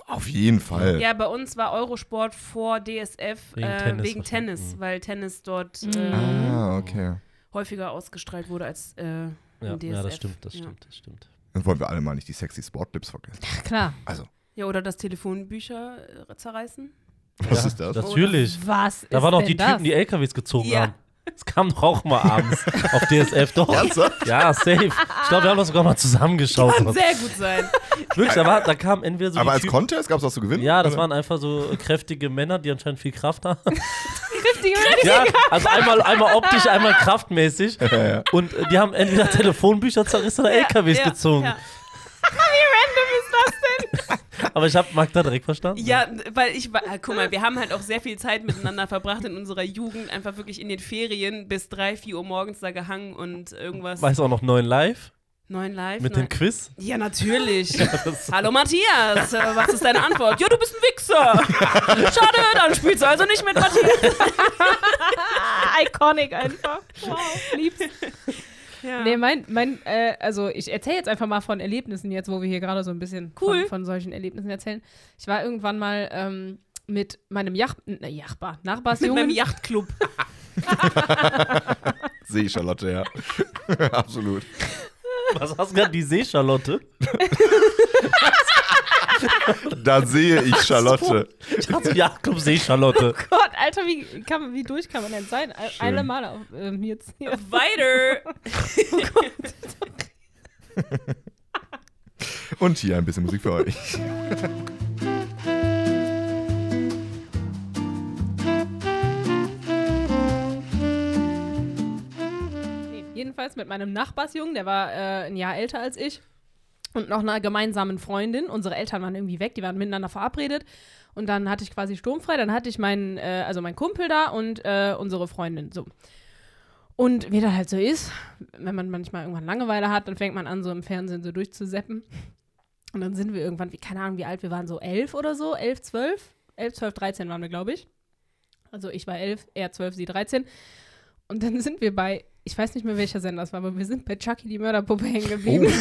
Speaker 4: Auf jeden Fall.
Speaker 3: Ja, bei uns war Eurosport vor DSF
Speaker 5: Wegen
Speaker 3: äh,
Speaker 5: Tennis
Speaker 3: wegen
Speaker 5: wahrscheinlich.
Speaker 3: Tennis,
Speaker 5: Mhm.
Speaker 3: weil Tennis dort
Speaker 2: Mhm.
Speaker 3: äh,
Speaker 4: Ah, okay.
Speaker 3: häufiger ausgestrahlt wurde als äh,
Speaker 5: Ja,
Speaker 3: im DSF.
Speaker 5: ja das stimmt, das
Speaker 3: Ja.
Speaker 5: stimmt, das stimmt.
Speaker 4: Dann wollen wir alle mal nicht die sexy Sportclips
Speaker 5: <laughs>
Speaker 4: vergessen.
Speaker 2: Klar.
Speaker 4: Also,
Speaker 3: Ja, oder das Telefonbücher äh, zerreißen.
Speaker 4: was
Speaker 5: ja,
Speaker 4: ist das?
Speaker 5: Natürlich.
Speaker 2: Was ist
Speaker 5: Da waren auch
Speaker 2: denn
Speaker 5: die
Speaker 2: das?
Speaker 5: Typen, die LKWs gezogen
Speaker 3: Ja.
Speaker 5: haben. Das kam doch auch mal
Speaker 3: <laughs>
Speaker 5: abends auf DSF, doch.
Speaker 4: Ernsthaft?
Speaker 5: Ja, safe. Ich glaube, wir haben das sogar mal zusammengeschaut.
Speaker 3: Kann sehr gut sein.
Speaker 5: Wirklich, da, war, da kamen entweder so
Speaker 4: Aber
Speaker 5: die
Speaker 4: als
Speaker 5: Typen-
Speaker 4: Contest gab es was zu gewinnen?
Speaker 5: Ja, das
Speaker 4: Oder?
Speaker 5: waren einfach so kräftige Männer, die anscheinend viel Kraft haben.
Speaker 3: <laughs>
Speaker 2: Kräftige Männer.
Speaker 5: Ja, also einmal, einmal optisch, einmal kraftmäßig.
Speaker 4: <laughs>
Speaker 5: Und äh, die haben entweder Telefonbücher zerrissen oder LKWs
Speaker 3: ja,
Speaker 5: gezogen.
Speaker 3: Ja.
Speaker 5: Aber ich habe Magda direkt verstanden.
Speaker 3: ja, weil ich war, ah, guck mal, wir haben halt auch sehr viel Zeit miteinander verbracht in unserer Jugend, einfach wirklich in den Ferien bis drei, vier Uhr morgens da gehangen und irgendwas.
Speaker 5: Weiß auch noch neuen Live
Speaker 3: Neun Live.
Speaker 5: mit
Speaker 3: neun.
Speaker 5: dem Quiz. <laughs>
Speaker 3: ja, natürlich. <laughs> Hallo Matthias, äh, was ist deine Antwort? Ja, du bist ein Wichser. Schade, dann spielst du also nicht mit Matthias. <laughs>
Speaker 2: Iconic einfach. Wow, lieb's.
Speaker 3: Ja.
Speaker 2: Nee, mein, mein, äh, also ich erzähle jetzt einfach mal von Erlebnissen, jetzt wo wir hier gerade so ein bisschen
Speaker 3: Cool.
Speaker 2: von, von solchen Erlebnissen erzählen. Ich war irgendwann mal ähm, mit meinem Jach, ne, Jachbar,
Speaker 3: mit
Speaker 2: Nachbarsjungen.
Speaker 3: meinem
Speaker 2: <laughs>
Speaker 3: Yachtclub.
Speaker 4: Sehe ich, Charlotte, ja. <laughs> Absolut.
Speaker 5: Was hast du gerade? Die Seescharlotte?
Speaker 4: Da sehe ich Charlotte.
Speaker 5: Ich hatte Jagdclub Seescharlotte.
Speaker 2: Gott, Alter, wie, kann, man- wie durch kann man denn sein? Al-
Speaker 4: Schön.
Speaker 2: Alle Male auf, ähm, jetzt hier.
Speaker 3: Weiter.
Speaker 4: Und hier ein bisschen Musik für euch.
Speaker 2: Nee, jedenfalls mit meinem Nachbarsjungen, der war äh, ein Jahr älter als ich. Und noch einer gemeinsamen Freundin. Unsere Eltern waren irgendwie weg, die waren miteinander verabredet. Und dann hatte ich quasi sturmfrei. Dann hatte ich meinen, äh, also meinen Kumpel da und äh, unsere Freundin. So. Und wie das halt so ist, wenn man manchmal irgendwann Langeweile hat, dann fängt man an, so im Fernsehen so durchzuseppen. Und dann sind wir irgendwann, wie, keine Ahnung, wie alt wir waren, so elf oder so, elf, zwölf. Elf, zwölf, dreizehn waren wir, glaube ich. Also ich war elf, er zwölf, sie dreizehn. Und dann sind wir bei, ich weiß nicht mehr welcher Sender es war, aber wir sind bei Chucky die Mörderpuppe hängen
Speaker 4: Oh.
Speaker 2: geblieben.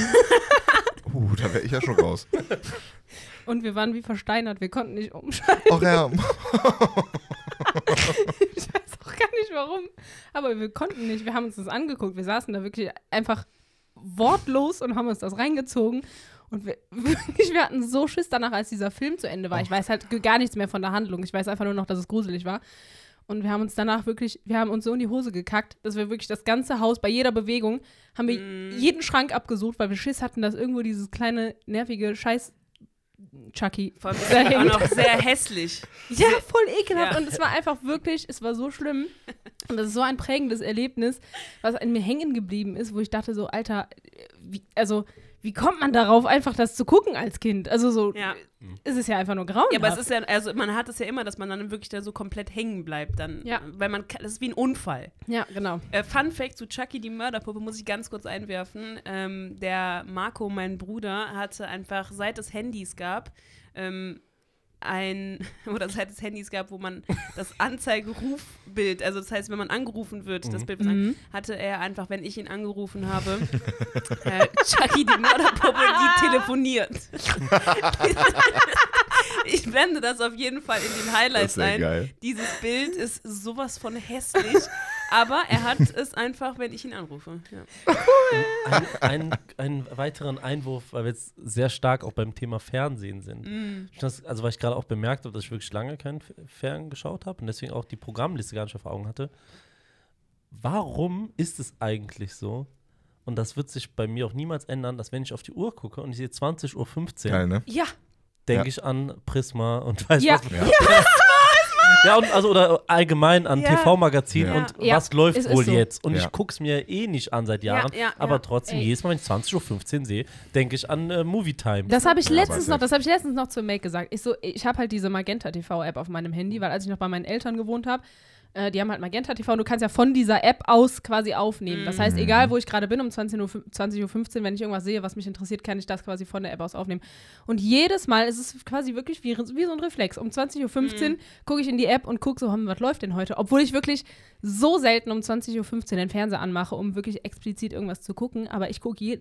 Speaker 4: Uh, da wäre ich ja schon raus.
Speaker 2: Und wir waren wie versteinert, wir konnten nicht umschalten. <laughs>
Speaker 4: Och ja,
Speaker 2: Ich weiß auch gar nicht warum. Aber wir konnten nicht, wir haben uns das angeguckt. Wir saßen da wirklich einfach wortlos und haben uns das reingezogen. Und wir, <laughs> wirklich, wir hatten so Schiss danach, als dieser Film zu Ende war. Ich weiß halt gar nichts mehr von der Handlung. Ich weiß einfach nur noch, dass es gruselig war. Und wir haben uns danach wirklich, wir haben uns so in die Hose gekackt, dass wir wirklich das ganze Haus bei jeder Bewegung haben wir
Speaker 3: Mm.
Speaker 2: jeden Schrank abgesucht, weil wir Schiss hatten, dass irgendwo dieses kleine nervige Scheiß Chucky
Speaker 3: Vor
Speaker 2: <laughs>
Speaker 3: allem ist
Speaker 2: da
Speaker 3: er auch
Speaker 2: hängt.
Speaker 3: noch sehr hässlich.
Speaker 2: Ja, voll ekelhaft.
Speaker 3: Ja.
Speaker 2: Und es war einfach wirklich, es war so schlimm. Und das ist so ein prägendes Erlebnis, was in mir hängen geblieben ist, wo ich dachte so, Alter, wie, also wie kommt man darauf, einfach das zu gucken als Kind? Also so
Speaker 3: Ja.
Speaker 2: ist es ja einfach nur grauenhaft.
Speaker 3: Ja, aber es ist ja, also man hat es ja immer, dass man dann wirklich da so komplett hängen bleibt. Dann,
Speaker 2: Ja.
Speaker 3: Weil man, ka- das ist wie ein Unfall.
Speaker 2: ja genau.
Speaker 3: Äh, Fun Fact zu Chucky, die Mörderpuppe, muss ich ganz kurz einwerfen. Ähm, der Marco, mein Bruder, hatte einfach, seit es Handys gab, ähm, ein, <laughs> oder seit es Handys gab, wo man
Speaker 2: <laughs>
Speaker 3: das Anzeigerufbild, also das heißt, wenn man angerufen wird,
Speaker 2: Mhm.
Speaker 3: das Bild, was man- hatte er einfach, wenn ich ihn angerufen habe, äh, Chucky, die Mörderpuppe,
Speaker 2: <laughs>
Speaker 3: die telefoniert. ich blende das auf jeden Fall in den
Speaker 4: Das
Speaker 3: Highlights
Speaker 4: ist ja
Speaker 3: ein.
Speaker 4: geil.
Speaker 3: Dieses Bild ist sowas von hässlich, aber er
Speaker 4: <laughs>
Speaker 3: hat es einfach, wenn ich ihn anrufe. Ja.
Speaker 5: Ein, ein, einen weiteren Einwurf, weil wir jetzt sehr stark auch beim Thema Fernsehen sind. Ich Das, also, weil ich gerade auch bemerkt habe, dass ich wirklich lange kein F- Fern geschaut habe und deswegen auch die Programmliste gar nicht vor Augen hatte. Warum ist es eigentlich so? Und das wird sich bei mir auch niemals ändern, dass wenn ich auf die Uhr gucke und ich sehe 20.15 Uhr,
Speaker 4: Geil, ne?
Speaker 2: Ja,
Speaker 5: denke
Speaker 4: Ja.
Speaker 5: ich an Prisma und <laughs> weiß
Speaker 2: Ja.
Speaker 5: was. Ja, und also oder allgemein an
Speaker 3: Ja.
Speaker 5: TV-Magazin
Speaker 4: Ja.
Speaker 5: und
Speaker 2: Ja.
Speaker 5: was läuft
Speaker 2: Es ist
Speaker 5: wohl
Speaker 2: so.
Speaker 5: jetzt. Und
Speaker 4: Ja.
Speaker 5: ich guck's mir eh nicht an seit
Speaker 3: Ja,
Speaker 5: Jahren.
Speaker 3: ja,
Speaker 5: aber
Speaker 3: ja.
Speaker 5: trotzdem,
Speaker 2: Ey.
Speaker 5: jedes Mal, wenn ich 20.15 Uhr sehe, denke ich an äh, Movie Time.
Speaker 2: das habe ich
Speaker 4: Ja,
Speaker 2: letztens
Speaker 4: aber-
Speaker 2: noch, das habe ich letztens noch zu Make gesagt. Ich so, ich habe halt diese Magenta TV App auf meinem Handy, weil als ich noch bei meinen Eltern gewohnt habe, äh, die haben halt Magenta TV und du kannst ja von dieser App aus quasi aufnehmen. Das heißt, egal wo ich gerade bin, um 20.15 Uhr, 20 Uhr 15, wenn ich irgendwas sehe, was mich interessiert, kann ich das quasi von der App aus aufnehmen. Und jedes Mal ist es quasi wirklich wie, wie so ein Reflex. Um 20.15 Uhr gucke ich in die App und gucke so, hm, was läuft denn heute? Obwohl ich wirklich so selten um 20.15 Uhr den Fernseher anmache, um wirklich explizit irgendwas zu gucken. Aber ich gucke je,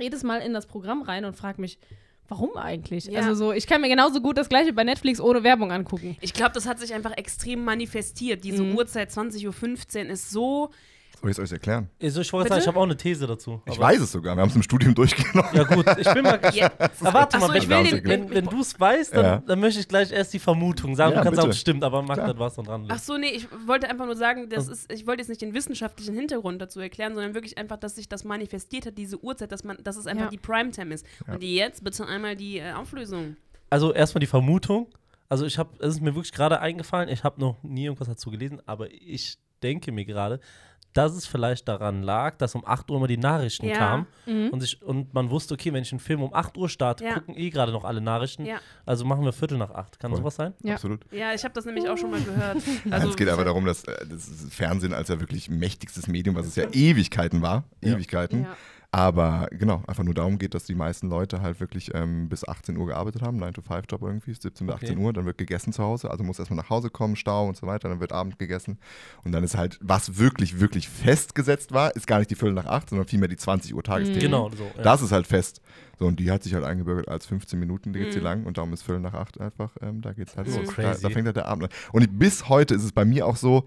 Speaker 2: jedes Mal in das Programm rein und frage mich, warum eigentlich?
Speaker 3: Ja.
Speaker 2: Also so, ich kann mir genauso gut das gleiche bei Netflix ohne Werbung angucken.
Speaker 3: Ich glaube, das hat sich einfach extrem manifestiert. Diese Uhrzeit 20.15 Uhr ist so.
Speaker 4: Soll ich es euch erklären?
Speaker 5: Also ich wollte sagen, ich habe auch eine These dazu.
Speaker 4: Ich
Speaker 5: aber-
Speaker 4: weiß es sogar. Wir haben es im Studium durchgenommen.
Speaker 5: Ja gut, ich bin mal
Speaker 3: <laughs> Ja.
Speaker 5: Aber warte
Speaker 3: Ach
Speaker 5: mal,
Speaker 3: so,
Speaker 5: wenn,
Speaker 3: ich
Speaker 4: will
Speaker 5: wenn,
Speaker 4: den-
Speaker 5: wenn, wenn du es weißt, dann,
Speaker 4: Ja.
Speaker 5: dann möchte ich gleich erst die Vermutung sagen.
Speaker 4: Ja,
Speaker 5: du kannst sagen,
Speaker 4: bitte.
Speaker 5: es stimmt, aber mag
Speaker 4: Klar.
Speaker 5: das was dann dran.
Speaker 3: Ach so, nee, ich wollte einfach nur sagen, das
Speaker 5: Also-
Speaker 3: ist, ich wollte jetzt nicht den wissenschaftlichen Hintergrund dazu erklären, sondern wirklich einfach, dass sich das manifestiert hat, diese Uhrzeit, dass man, dass es einfach
Speaker 2: Ja.
Speaker 3: die Primetime ist.
Speaker 4: Ja.
Speaker 3: Und die jetzt bitte einmal die äh, Auflösung.
Speaker 5: Also erstmal die Vermutung. Also ich habe, es ist mir wirklich gerade eingefallen, ich habe noch nie irgendwas dazu gelesen, aber ich denke mir gerade, dass es vielleicht daran lag, dass um 8 Uhr immer die Nachrichten
Speaker 3: Ja. mhm.
Speaker 5: kamen und, sich, und man wusste, okay, wenn ich einen Film um 8 Uhr starte,
Speaker 3: Ja.
Speaker 5: gucken eh gerade noch alle Nachrichten.
Speaker 3: Ja.
Speaker 5: Also machen wir Viertel nach 8. Kann
Speaker 4: Voll.
Speaker 5: sowas sein?
Speaker 2: Ja.
Speaker 4: Absolut.
Speaker 3: Ja, ich habe das nämlich auch schon mal <laughs> gehört.
Speaker 4: Nein,
Speaker 3: Also,
Speaker 4: es geht einfach darum, dass äh, das Fernsehen als ja wirklich mächtigstes Medium, was es ja Ewigkeiten war, Ewigkeiten,
Speaker 2: Ja.
Speaker 4: aber genau, einfach nur darum geht, dass die meisten Leute halt wirklich ähm, bis 18 Uhr gearbeitet haben, 9-to-5-Job irgendwie, 17 bis
Speaker 5: Okay.
Speaker 4: 18 Uhr, dann wird gegessen zu Hause, also muss erstmal nach Hause kommen, Stau und so weiter, dann wird Abend gegessen und dann ist halt, was wirklich, wirklich festgesetzt war, ist gar nicht die Viertel nach 8, sondern vielmehr die 20 Uhr Tagesthemen.
Speaker 5: Genau, so. Ja.
Speaker 4: Das ist halt fest. So, und die hat sich halt eingebürgert als 15 Minuten, da geht
Speaker 3: Mhm.
Speaker 4: sie lang und darum ist Viertel nach acht einfach, ähm, da geht's halt
Speaker 5: So
Speaker 4: los.
Speaker 5: crazy.
Speaker 4: Da, da fängt halt der Abend an. Und ich, bis heute ist es bei mir auch so,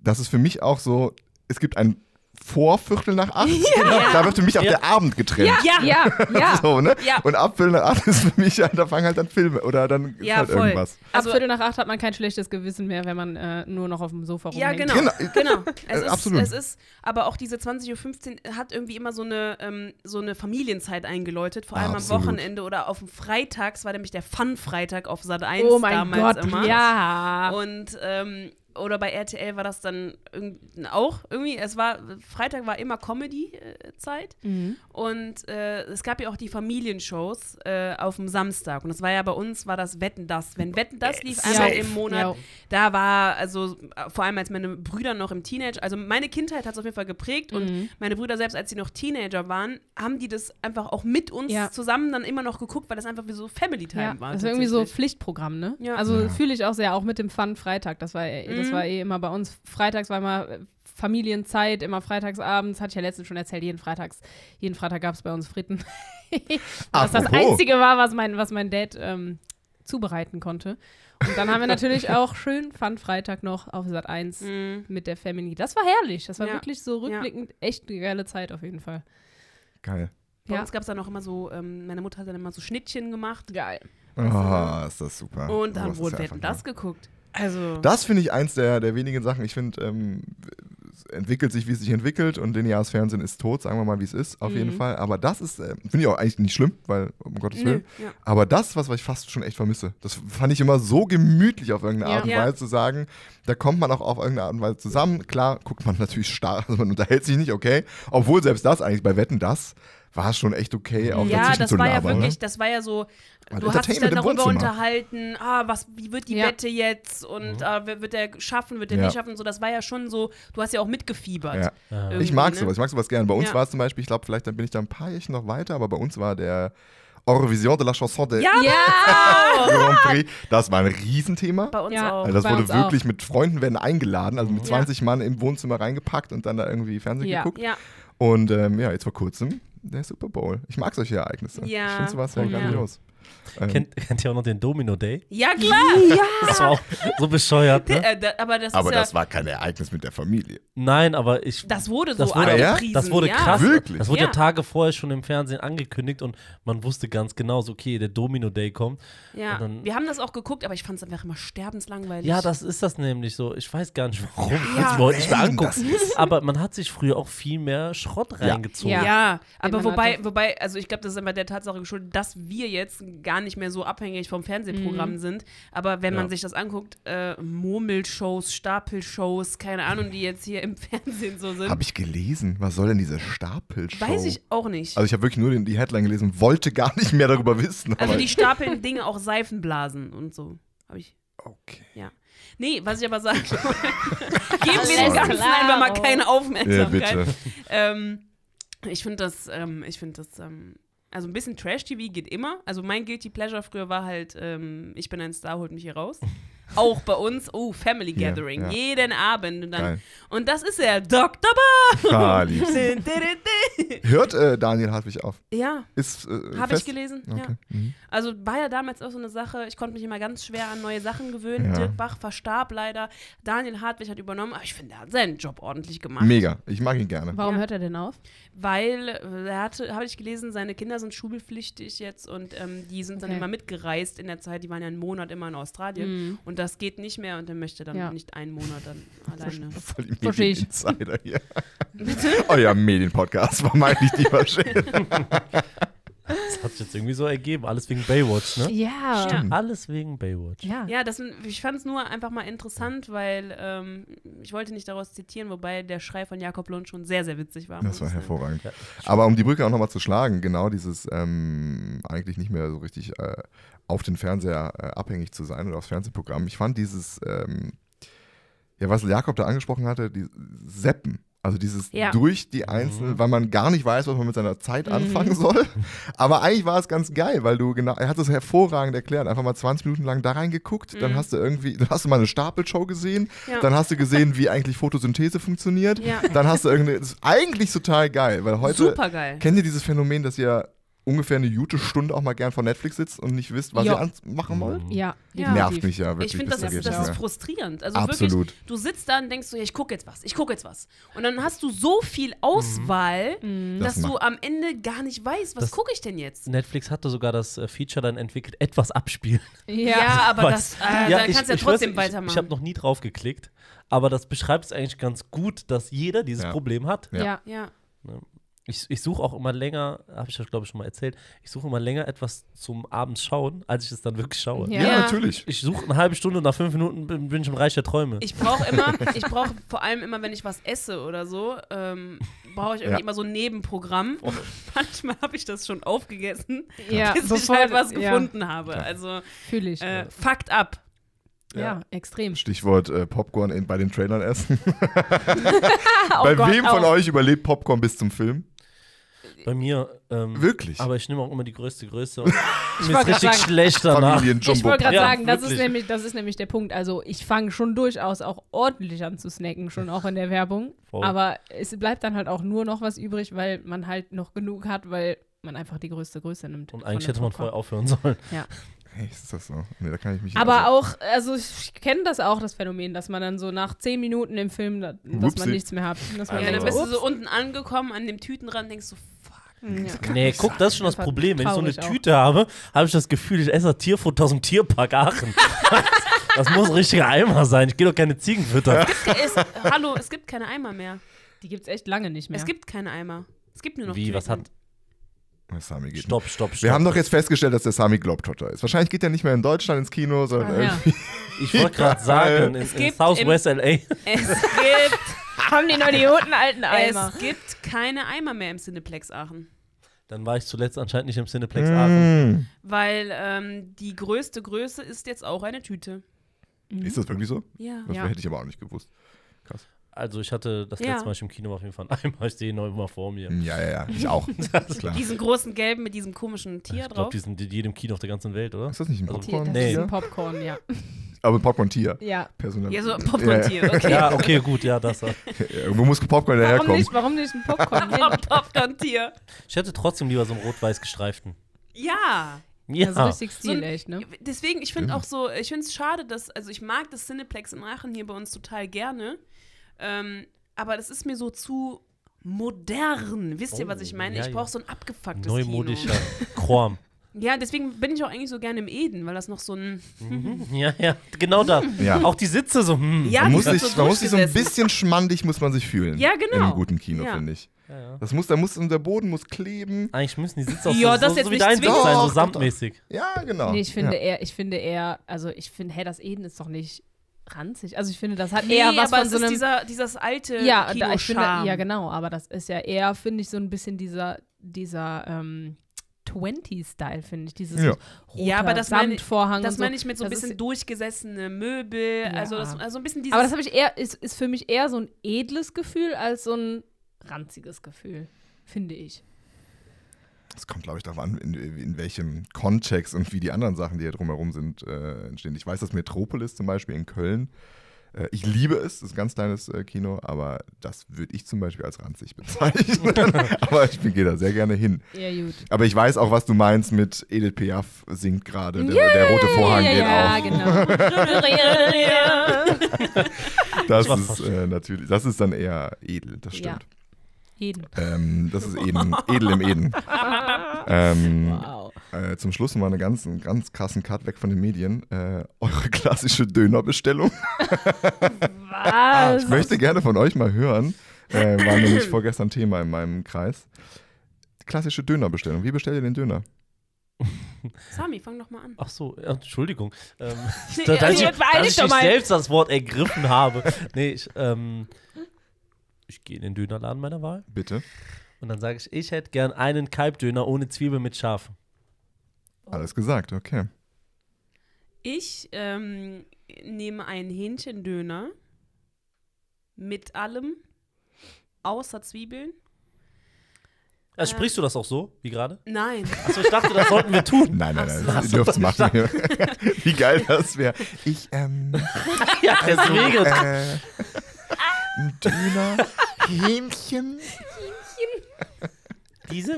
Speaker 4: dass es für mich auch so, es gibt ein vor Viertel nach
Speaker 3: <laughs>
Speaker 4: acht, Genau. da wird für mich auch
Speaker 5: Ja.
Speaker 4: der Abend getrennt.
Speaker 2: Ja, ja, ja.
Speaker 4: So, ne?
Speaker 3: Ja.
Speaker 4: Und ab Viertel nach acht ist für mich, halt, da fangen halt dann Filme oder dann ist
Speaker 3: Ja,
Speaker 4: halt
Speaker 3: voll.
Speaker 4: irgendwas.
Speaker 2: Ab
Speaker 3: Also-
Speaker 2: Viertel nach acht hat man kein schlechtes Gewissen mehr, wenn man äh, nur noch auf dem Sofa rumhängt.
Speaker 3: Ja, genau.
Speaker 4: Genau.
Speaker 3: genau.
Speaker 2: <laughs>
Speaker 4: Äh,
Speaker 3: Es ist,
Speaker 4: absolut.
Speaker 3: Es ist, aber auch diese 20.15 Uhr hat irgendwie immer so eine, ähm, so eine Familienzeit eingeläutet, vor allem
Speaker 4: Absolut.
Speaker 3: am Wochenende oder auf dem Freitags war nämlich der Fun-Freitag auf Sat 1
Speaker 2: Oh mein
Speaker 3: genau. damals
Speaker 2: Gott,
Speaker 3: immer.
Speaker 2: ja.
Speaker 3: Und ähm, oder bei RTL war das dann irgend- auch irgendwie, es war, Freitag war immer äh, Comedy-Zeit
Speaker 2: Mhm.
Speaker 3: und äh, es gab ja auch die Familienshows äh, auf dem Samstag und das war ja bei uns, war das Wetten, das. Wenn Wetten, das lief
Speaker 4: Safe.
Speaker 3: einmal im Monat,
Speaker 2: Ja.
Speaker 3: da war, also äh, vor allem als meine Brüder noch im Teenager, also meine Kindheit hat es auf jeden Fall geprägt
Speaker 2: Mhm.
Speaker 3: und meine Brüder selbst, als sie noch Teenager waren, haben die das einfach auch mit uns
Speaker 2: Ja.
Speaker 3: zusammen dann immer noch geguckt, weil das einfach wie so Family-Time
Speaker 2: Ja,
Speaker 3: war.
Speaker 2: das ist irgendwie so
Speaker 3: tatsächlich.
Speaker 2: Pflichtprogramm, ne?
Speaker 3: Ja. Mhm.
Speaker 2: Also
Speaker 4: Ja.
Speaker 2: fühle ich auch sehr, auch mit dem Fun Freitag. Das war, eh- das war eh immer bei uns. Freitags war immer äh, Familienzeit, immer freitagsabends. Hatte ich ja letztens schon erzählt, jeden Freitags, jeden Freitag gab es bei uns
Speaker 4: <laughs>
Speaker 2: Fritten. was das
Speaker 4: Apropos.
Speaker 2: Einzige war, was mein, was mein Dad ähm, zubereiten konnte. Und dann haben wir
Speaker 3: <laughs>
Speaker 2: natürlich auch schön Fun Freitag noch auf Sat 1 mit der Family. Das war herrlich. Das war
Speaker 3: Mhm. Ja.
Speaker 2: wirklich so
Speaker 3: Ja.
Speaker 2: rückblickend echt eine geile Zeit auf jeden Fall.
Speaker 4: Geil.
Speaker 3: Bei
Speaker 2: Ja.
Speaker 3: uns gab es dann auch immer so, ähm, meine Mutter hat dann immer so Schnittchen gemacht.
Speaker 2: Geil.
Speaker 4: Ah, ist das super.
Speaker 3: Und
Speaker 4: Oh,
Speaker 3: dann
Speaker 4: das ist
Speaker 3: wurde
Speaker 4: ja
Speaker 3: Wetten,
Speaker 4: einfach
Speaker 3: das geguckt. Also,
Speaker 4: Das finde ich eins der, der wenigen Sachen. Ich finde, ähm, es entwickelt sich, wie es sich entwickelt und lineares Fernsehen ist tot, sagen wir mal, wie es ist, auf jeden Fall. Aber das ist, äh, finde ich auch eigentlich nicht schlimm, weil, um Gottes
Speaker 3: Mhm. Nö,
Speaker 4: Willen.
Speaker 3: ja.
Speaker 4: Aber das ist was, was ich fast schon echt vermisse. Das fand ich immer so gemütlich auf irgendeine
Speaker 2: Ja.
Speaker 4: Art und
Speaker 3: Ja.
Speaker 4: Weise zu sagen, da kommt man auch auf irgendeine Art und Weise <laughs> zusammen. Klar, guckt man natürlich starr, also man unterhält sich nicht, okay. Obwohl selbst das eigentlich bei Wetten das war es schon echt okay, auf
Speaker 3: ja,
Speaker 4: dazwischen
Speaker 3: das
Speaker 4: zu
Speaker 3: war ja
Speaker 4: labern. ne?
Speaker 3: wirklich, das war ja so,
Speaker 4: Weil
Speaker 3: du hast dich dann
Speaker 4: Entertainment im
Speaker 3: darüber
Speaker 4: Wohnzimmer. Mhm.
Speaker 3: unterhalten, ah, was, wie wird die
Speaker 2: Ja.
Speaker 3: Wette jetzt und ah, wer- wird der schaffen, wird der
Speaker 4: Ja.
Speaker 3: nicht schaffen, so, das war ja schon so, du hast ja auch mitgefiebert.
Speaker 4: Ja.
Speaker 5: Ja.
Speaker 4: Ich
Speaker 3: irgendwie,
Speaker 4: mag
Speaker 3: ne?
Speaker 4: sowas, ich mag sowas gerne. Bei uns
Speaker 3: Ja.
Speaker 4: war es zum Beispiel, ich glaube, vielleicht bin ich da ein paar Jährchen noch weiter, aber bei uns war der Eurovision de la Chanson de
Speaker 3: Ja, genau!
Speaker 2: Ja!
Speaker 4: Grand Prix, das war ein Riesenthema.
Speaker 3: bei uns
Speaker 2: Ja.
Speaker 3: auch.
Speaker 4: Also das
Speaker 2: bei
Speaker 4: wurde
Speaker 2: uns auch.
Speaker 4: wirklich mit Freunden werden eingeladen, also mit
Speaker 3: Ja.
Speaker 4: 20 Mann im Wohnzimmer reingepackt und dann da irgendwie Fernsehen
Speaker 2: Ja.
Speaker 4: geguckt.
Speaker 3: Ja,
Speaker 4: Und ähm, ja, jetzt vor kurzem der Super Bowl. Ich mag solche Ereignisse.
Speaker 3: Ja.
Speaker 4: Ich finde sowas ja
Speaker 3: Ja.
Speaker 4: grandios. Ähm,
Speaker 5: Kennt, kennt ihr auch noch den Domino Day?
Speaker 3: ja klar.
Speaker 5: Das war auch so
Speaker 3: <laughs>
Speaker 5: bescheuert, ne?
Speaker 3: Äh, da, aber das
Speaker 4: aber
Speaker 3: ist ja,
Speaker 4: das war kein Ereignis mit der Familie.
Speaker 5: Nein, aber ich.
Speaker 3: das wurde so
Speaker 5: Das
Speaker 4: Ah,
Speaker 5: wurde-
Speaker 3: angepriesen.
Speaker 5: das wurde
Speaker 3: Ah, ja.
Speaker 5: krass.
Speaker 4: Wirklich?
Speaker 5: Das wurde ja.
Speaker 3: Ja.
Speaker 5: Tage vorher schon im Fernsehen angekündigt und man wusste ganz genau, so, okay, der Domino Day kommt.
Speaker 3: Ja.
Speaker 5: Und dann-
Speaker 3: Wir haben das auch geguckt, aber ich fand es einfach immer sterbenslangweilig.
Speaker 5: Ja, das ist das nämlich so. Ich weiß gar nicht warum. Ich
Speaker 3: Ja.
Speaker 5: will es mir heute nicht mehr
Speaker 4: Wenn
Speaker 5: angucken. Aber man hat sich früher auch viel mehr Schrott
Speaker 4: Ja.
Speaker 5: reingezogen.
Speaker 2: Ja.
Speaker 3: Ja,
Speaker 2: man
Speaker 3: aber
Speaker 2: hat
Speaker 3: wobei,
Speaker 2: das-
Speaker 3: wobei, also ich glaube, das ist immer der Tatsache geschuldet, dass wir jetzt gar nicht mehr so abhängig vom Fernsehprogramm
Speaker 2: Mhm.
Speaker 3: sind. Aber wenn man
Speaker 5: Ja.
Speaker 3: sich das anguckt, äh, Murmelshows, Stapelshows, keine Ahnung, die jetzt hier im <laughs> Fernsehen so sind,
Speaker 4: Habe ich gelesen. Was soll denn diese Stapelshow?
Speaker 3: weiß ich auch nicht.
Speaker 4: Also ich habe wirklich nur den, die Headline gelesen, wollte gar nicht mehr darüber wissen.
Speaker 3: Also
Speaker 4: aber-
Speaker 3: die stapeln Dinge auch Seifenblasen und so. Habe ich.
Speaker 4: okay.
Speaker 3: Ja. Nee, was ich aber
Speaker 4: <laughs>
Speaker 3: sagen wollte. Gebt mir
Speaker 4: Alles
Speaker 3: den Ganzen
Speaker 2: klar.
Speaker 3: einfach mal keine
Speaker 4: Ja,
Speaker 3: Aufmerksamkeit.
Speaker 4: bitte.
Speaker 3: Ähm, ich finde das, ähm, ich finde das, ähm, also ein bisschen Trash-TV geht immer. Also mein Guilty Pleasure früher war halt, ähm, ich bin ein Star, holt mich hier
Speaker 4: <laughs>
Speaker 3: raus. Auch bei uns, oh, Family
Speaker 4: Ja,
Speaker 3: Gathering,
Speaker 4: ja.
Speaker 3: jeden Abend. Und,
Speaker 4: Geil.
Speaker 3: dann, und das ist er, Dr.
Speaker 4: Ah,
Speaker 3: <laughs> Bar.
Speaker 4: lieb's. Hört äh, Daniel Hartwig auf.
Speaker 3: ja,
Speaker 4: Ist äh,
Speaker 3: habe ich
Speaker 4: fest? Mhm.
Speaker 3: gelesen.
Speaker 4: Okay.
Speaker 3: Ja. Also war ja damals auch so eine Sache, ich konnte mich immer ganz schwer an neue Sachen gewöhnen.
Speaker 4: Ja.
Speaker 3: Dirk Bach verstarb leider, Daniel Hartwig hat übernommen, aber ich finde, er hat seinen Job ordentlich gemacht.
Speaker 4: Mega. Ich mag ihn gerne.
Speaker 2: Warum
Speaker 3: Ja.
Speaker 2: hört er denn auf?
Speaker 3: weil äh, er hatte, habe ich gelesen, seine Kinder sind schulpflichtig jetzt und ähm, die sind
Speaker 2: Okay.
Speaker 3: dann immer mitgereist in der Zeit, die waren ja einen Monat immer in Australien
Speaker 2: Mhm.
Speaker 3: und das geht nicht mehr und er möchte dann
Speaker 2: Ja.
Speaker 3: nicht einen Monat
Speaker 4: <laughs>
Speaker 3: dann alleine.
Speaker 4: Voll die
Speaker 2: Versteh ich.
Speaker 4: Medieninsider hier. Euer Medienpodcast, vermeintlich die Maschine.
Speaker 5: Das hat sich jetzt irgendwie so ergeben. Alles wegen Baywatch, ne?
Speaker 2: Ja.
Speaker 3: Stimmt.
Speaker 5: Alles wegen Baywatch.
Speaker 2: Ja.
Speaker 3: Ja, das, ich fand es nur einfach mal interessant, weil ähm, ich wollte nicht daraus zitieren, wobei der Schrei von Jakob Lund schon sehr, sehr witzig war. muss
Speaker 4: Das war
Speaker 3: ich sagen.
Speaker 4: hervorragend. Aber um die Brücke auch nochmal zu schlagen, genau dieses ähm, eigentlich nicht mehr so richtig äh, auf den Fernseher äh, abhängig zu sein oder aufs Fernsehprogramm. Ich fand dieses, ähm, ja, was Jakob da angesprochen hatte, die Seppen. Also dieses
Speaker 3: Ja. Mhm.
Speaker 4: durch die einzelnen, weil man gar nicht weiß, was man mit seiner Zeit anfangen soll. Aber eigentlich war es ganz geil, weil du genau, er hat es hervorragend erklärt, einfach mal 20 Minuten lang da reingeguckt, dann hast du irgendwie, dann hast du mal eine Stapelshow gesehen,
Speaker 3: Mhm. Ja.
Speaker 4: dann hast du gesehen, wie eigentlich Photosynthese funktioniert,
Speaker 3: Ja.
Speaker 4: <laughs> dann hast du irgendeine, das ist eigentlich total geil, weil heute,
Speaker 3: Supergeil.
Speaker 4: Kennt ihr dieses Phänomen, dass ihr ungefähr eine gute Stunde auch mal gern von Netflix sitzt und nicht wisst, was
Speaker 2: Ja.
Speaker 4: ihr an- machen wollt?
Speaker 2: Ja.
Speaker 3: Ja.
Speaker 4: Nervt mich ja wirklich.
Speaker 3: Ich finde, das,
Speaker 4: bis zum
Speaker 3: ist,
Speaker 4: geht nicht
Speaker 3: das ist
Speaker 4: mehr.
Speaker 3: frustrierend. Also
Speaker 4: Absolut.
Speaker 3: wirklich, du sitzt da und denkst so, ja, ich gucke jetzt was, ich gucke jetzt was. Und dann hast du so viel Auswahl,
Speaker 2: Mhm.
Speaker 3: dass
Speaker 4: Das
Speaker 3: du
Speaker 4: macht-
Speaker 3: am Ende gar nicht weißt, was
Speaker 5: Das-
Speaker 3: gucke ich denn jetzt?
Speaker 5: Netflix hatte sogar das äh, Feature dann entwickelt, etwas abspielen.
Speaker 3: Ja,
Speaker 5: <laughs>
Speaker 3: aber
Speaker 5: Was?
Speaker 3: das, äh, da
Speaker 5: ich-
Speaker 3: kannst du ja
Speaker 5: ich weiß
Speaker 3: trotzdem
Speaker 5: nicht,
Speaker 3: weitermachen.
Speaker 5: Ich, ich habe noch nie drauf geklickt, aber das beschreibt es eigentlich ganz gut, dass jeder dieses
Speaker 4: Ja.
Speaker 5: Problem hat.
Speaker 4: Ja.
Speaker 2: Ja.
Speaker 3: ja.
Speaker 5: Ich, ich suche auch immer länger, habe ich das glaube ich schon mal erzählt, ich suche immer länger etwas zum Abends schauen, als ich es dann wirklich schaue.
Speaker 2: Ja.
Speaker 4: ja,
Speaker 3: Ja.
Speaker 4: natürlich.
Speaker 5: Ich suche eine halbe Stunde und nach fünf Minuten bin, bin ich im Reich der Träume.
Speaker 3: Ich brauche immer,
Speaker 4: <laughs>
Speaker 3: ich brauche vor allem immer, wenn ich was esse oder so, ähm, brauche ich irgendwie
Speaker 4: Ja. Oh.
Speaker 3: immer so ein Nebenprogramm. Und <laughs> manchmal habe ich das schon aufgegessen,
Speaker 2: Ja,
Speaker 3: bis
Speaker 2: bevor-
Speaker 3: ich halt was
Speaker 2: ja.
Speaker 3: gefunden habe. Also,
Speaker 2: Fühle ich.
Speaker 3: äh, fucked up.
Speaker 2: ja. extrem.
Speaker 4: Stichwort äh, Popcorn in, bei den Trailern
Speaker 2: <laughs>
Speaker 4: essen. <laughs>
Speaker 2: Oh
Speaker 4: bei
Speaker 2: Gott,
Speaker 4: wem von
Speaker 2: auch.
Speaker 4: euch überlebt Popcorn bis zum Film?
Speaker 5: Bei mir, ähm,
Speaker 4: Wirklich?
Speaker 5: aber ich nehme auch immer die größte Größe. Und
Speaker 2: wollte
Speaker 5: mir ist
Speaker 2: grad
Speaker 5: richtig
Speaker 2: sagen.
Speaker 5: schlecht danach.
Speaker 4: Familien-Jumbo.
Speaker 2: Ich wollte gerade
Speaker 5: Ja,
Speaker 2: sagen, das ist,
Speaker 5: wirklich.
Speaker 2: nämlich, das ist nämlich der Punkt. Also ich fange schon durchaus auch ordentlich an zu snacken, schon auch in der Werbung.
Speaker 5: Voll.
Speaker 2: Aber es bleibt dann halt auch nur noch was übrig, weil man halt noch genug hat, weil man einfach die größte Größe nimmt.
Speaker 5: Und
Speaker 2: von
Speaker 5: eigentlich
Speaker 2: der
Speaker 5: hätte man
Speaker 2: Popcorn.
Speaker 5: vorher aufhören sollen.
Speaker 4: Hey, ist das so? Nee, da kann ich mich
Speaker 2: Aber
Speaker 4: also-
Speaker 2: auch, also ich kenne das auch, das Phänomen, dass man dann so nach zehn Minuten im Film, da, dass
Speaker 4: Whoopsie.
Speaker 2: man nichts mehr hat. Dass man
Speaker 3: Also,
Speaker 4: Also
Speaker 3: Ja, dann
Speaker 2: denkt,
Speaker 3: bist du
Speaker 2: ups.
Speaker 3: so unten angekommen, an dem Tütenrand, denkst du, fuck.
Speaker 5: Nee, guck, das ist schon das
Speaker 2: Einfach
Speaker 5: Problem. Wenn ich so eine
Speaker 2: traurig auch.
Speaker 5: Tüte habe, habe ich das Gefühl, ich esse Tierfutter aus dem Tierpark Aachen. das muss ein richtiger Eimer sein. Ich gehe doch keine Ziegen füttern.
Speaker 3: Es, hallo, es gibt keine Eimer mehr.
Speaker 2: Die gibt es echt lange nicht mehr.
Speaker 3: Es gibt keine Eimer. Es gibt nur noch
Speaker 5: Wie, was
Speaker 3: Tüten.
Speaker 5: hat.
Speaker 4: Der Sami geht
Speaker 5: Stopp, stopp, stopp.
Speaker 4: Wir haben doch jetzt festgestellt, dass der Sami Globetrotter ist. Wahrscheinlich geht er nicht mehr in Deutschland ins Kino, sondern
Speaker 2: Ah, ja.
Speaker 4: irgendwie.
Speaker 5: ich wollte gerade sagen, in,
Speaker 3: Es
Speaker 5: in
Speaker 3: gibt
Speaker 5: Southwest LA.
Speaker 3: Es gibt,
Speaker 2: Haben die nur die guten alten Eimer.
Speaker 3: es gibt keine Eimer mehr im Cineplex Aachen.
Speaker 5: <laughs> Dann war ich zuletzt anscheinend nicht im Cineplex Aachen.
Speaker 4: Mm.
Speaker 3: Weil ähm, die größte Größe ist jetzt auch eine Tüte.
Speaker 2: Mhm.
Speaker 4: Ist das wirklich so?
Speaker 3: Ja.
Speaker 4: Das
Speaker 2: Ja.
Speaker 4: hätte ich aber auch nicht gewusst. Krass.
Speaker 5: Also ich hatte das
Speaker 3: Ja.
Speaker 5: letzte Mal ich im Kino war auf jeden Fall einmal, ich sehe ihn noch immer vor mir.
Speaker 4: Ja, ja, ja. Ich auch. Ist klar.
Speaker 3: Diesen großen gelben mit diesem komischen Tier
Speaker 5: Ich glaube,
Speaker 3: drauf.
Speaker 5: die sind in jedem Kino auf der ganzen Welt, oder?
Speaker 4: Ist das nicht ein
Speaker 5: Also-
Speaker 2: Tier, das
Speaker 4: Popcorn?
Speaker 5: Nee.
Speaker 2: ist ein Popcorn, ja.
Speaker 4: Aber ein Popcorn-Tier.
Speaker 2: <laughs> Ja.
Speaker 4: Personal.
Speaker 3: Ja, so ein Popcorn-Tier. Okay.
Speaker 5: Ja, okay, gut, ja, das.
Speaker 4: Irgendwo muss Popcorn
Speaker 2: Warum
Speaker 4: daherkommen.
Speaker 2: nicht, warum nicht ein <laughs> Popcorn?
Speaker 3: Pop- <laughs> Popcorn-Tier.
Speaker 5: Ich hätte trotzdem lieber so einen rot-weiß gestreiften.
Speaker 3: Ja.
Speaker 5: Ja.
Speaker 2: Das ist richtig
Speaker 3: So ein-
Speaker 2: stilecht, ne?
Speaker 3: Deswegen, ich finde auch so, ich finde es schade, dass, also ich mag das Cineplex in Aachen hier bei uns total gerne, ähm, aber das ist mir so zu modern. Wisst ihr, was ich
Speaker 5: Oh,
Speaker 3: meine?
Speaker 5: ja,
Speaker 3: ich brauche
Speaker 5: ja.
Speaker 3: so ein abgefucktes
Speaker 5: Neumodischer
Speaker 3: Kino.
Speaker 5: Chrom.
Speaker 3: Ja, deswegen bin ich auch eigentlich so gerne im Eden, weil das noch so
Speaker 5: Mhm.
Speaker 3: ein,
Speaker 5: Ja, ja, genau da.
Speaker 4: Ja.
Speaker 5: Auch die Sitze so, hm.
Speaker 3: Ja.
Speaker 4: Man muss,
Speaker 3: die sind
Speaker 4: sich,
Speaker 3: so
Speaker 4: man muss sich so ein
Speaker 3: durchgesessen.
Speaker 4: bisschen schmandig muss man sich fühlen.
Speaker 3: Ja, genau.
Speaker 4: In einem guten Kino,
Speaker 3: Ja.
Speaker 4: finde ich.
Speaker 5: Ja, ja.
Speaker 4: Das muss, da muss, der Boden muss kleben.
Speaker 5: Eigentlich müssen die Sitze auch
Speaker 3: Ja,
Speaker 5: so,
Speaker 3: das
Speaker 5: so,
Speaker 3: jetzt
Speaker 5: so wie
Speaker 3: nicht
Speaker 5: dein Sitz
Speaker 3: zwingend.
Speaker 5: sein, so
Speaker 4: Doch, doch, doch.
Speaker 5: samtmäßig.
Speaker 4: Ja, genau.
Speaker 2: Nee, ich finde
Speaker 4: ja.
Speaker 2: eher, ich finde eher, also ich finde, hä, das Eden ist doch nicht ranzig. Also ich finde, das hat
Speaker 3: nee,
Speaker 2: eher was
Speaker 3: aber es
Speaker 2: von so
Speaker 3: ist
Speaker 2: einem.
Speaker 3: dieser, dieses alte
Speaker 2: ja, da, ich finde,
Speaker 3: Kinoscharme.
Speaker 2: ja, genau, aber das ist ja eher, finde ich, so ein bisschen dieser, dieser ähm, 20-Style, finde ich. Dieses
Speaker 4: Ja.
Speaker 2: roter
Speaker 3: Ja, aber das meine-
Speaker 2: Samtvorhang.
Speaker 3: Das
Speaker 2: und so.
Speaker 3: meine ich mit so ein
Speaker 2: Das
Speaker 3: bisschen
Speaker 2: ist-
Speaker 3: durchgesessene Möbel,
Speaker 2: Ja.
Speaker 3: also, das, also ein bisschen dieses
Speaker 2: aber das habe ich eher, ist, ist für mich eher so ein edles Gefühl als so ein ranziges Gefühl, finde ich.
Speaker 4: Es kommt, glaube ich, darauf an, in, in welchem Kontext und wie die anderen Sachen, die hier drumherum sind, äh, entstehen. Ich weiß, dass Metropolis zum Beispiel in Köln, äh, ich liebe es, das ist ein ganz kleines äh, Kino, aber das würde ich zum Beispiel als ranzig <laughs> bezeichnen. aber ich gehe da sehr gerne hin.
Speaker 2: Ja, gut.
Speaker 4: Aber ich weiß auch, was du meinst mit Edith Piaf singt gerade, der, der rote Vorhang
Speaker 2: ja,
Speaker 4: geht
Speaker 2: ja,
Speaker 4: auf.
Speaker 2: genau.
Speaker 4: <laughs> Das
Speaker 5: Ich war
Speaker 4: ist
Speaker 5: fast-
Speaker 4: äh, natürlich, das ist dann eher edel, das
Speaker 2: Ja.
Speaker 4: stimmt.
Speaker 2: Jeden.
Speaker 4: Ähm, das ist Eden, edel im
Speaker 2: <laughs>
Speaker 4: Eden. ähm,
Speaker 2: Wow.
Speaker 4: äh, zum Schluss mal einen ganz, einen ganz krassen Cut weg von den Medien. Äh, eure klassische Dönerbestellung.
Speaker 2: Was?
Speaker 4: Ah, Ich möchte gerne von euch mal hören. Äh,
Speaker 5: <clears throat>
Speaker 4: war nämlich vorgestern Thema in meinem Kreis. Klassische Dönerbestellung. Wie bestellt ihr den Döner?
Speaker 3: Sami, fang doch mal an.
Speaker 5: Ach so, ja, Entschuldigung. Ähm,
Speaker 3: <laughs> Nee,
Speaker 5: da, da
Speaker 3: also
Speaker 5: ich,
Speaker 3: jetzt
Speaker 5: dass ich
Speaker 2: doch
Speaker 5: nicht
Speaker 2: mal.
Speaker 5: selbst das Wort ergriffen habe. Nee, ich, ähm, ich gehe in den Dönerladen meiner Wahl
Speaker 4: Bitte.
Speaker 5: und dann sage ich, ich hätte gern einen Kalbdöner ohne Zwiebel mit Schaf.
Speaker 4: Alles gesagt, okay.
Speaker 3: Ich ähm, nehme einen Hähnchendöner mit allem, außer Zwiebeln.
Speaker 5: Also sprichst du das auch so, wie gerade?
Speaker 3: Nein.
Speaker 5: Achso, ich dachte, das sollten wir tun.
Speaker 4: <laughs> Nein, nein, nein.
Speaker 5: Ach
Speaker 4: ihr
Speaker 5: so,
Speaker 4: dürft's
Speaker 5: <laughs>
Speaker 4: machen. <laughs> Wie geil das wäre. Ich, ähm,
Speaker 5: Ja, deswegen.
Speaker 4: äh, ein Döner, Hähnchen.
Speaker 5: Diese?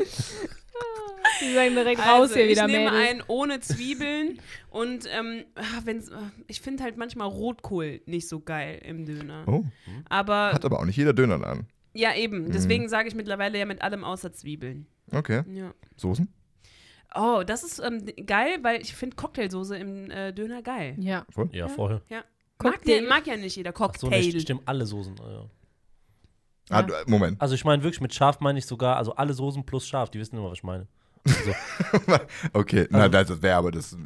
Speaker 2: Die sagen direkt raus
Speaker 3: Also,
Speaker 2: hier wieder,
Speaker 3: ich nehme
Speaker 2: Mädels.
Speaker 3: einen ohne Zwiebeln <laughs> und ähm, ah, wenn's, ah, ich finde halt manchmal Rotkohl nicht so geil im Döner.
Speaker 4: Oh,
Speaker 3: Aber
Speaker 4: hat aber auch nicht jeder Döner an.
Speaker 3: ja, eben. Deswegen sage ich mittlerweile ja mit allem außer Zwiebeln.
Speaker 4: Okay.
Speaker 3: Ja.
Speaker 4: Soßen?
Speaker 3: Oh, das ist ähm, geil, weil ich finde Cocktailsoße im äh, Döner geil.
Speaker 2: Ja.
Speaker 5: Ja, voll.
Speaker 3: Ja. Mag,
Speaker 2: Cocktail.
Speaker 3: ja- mag ja nicht jeder
Speaker 5: Ach so,
Speaker 3: Cocktail.
Speaker 5: ne, stimmen alle Soßen. Ja.
Speaker 4: Ah, du- Moment.
Speaker 5: Also ich meine wirklich mit Schaf meine ich sogar, also alle Soßen plus Schaf, die wissen immer, was ich meine. Also,
Speaker 4: Okay, na, das wäre aber das,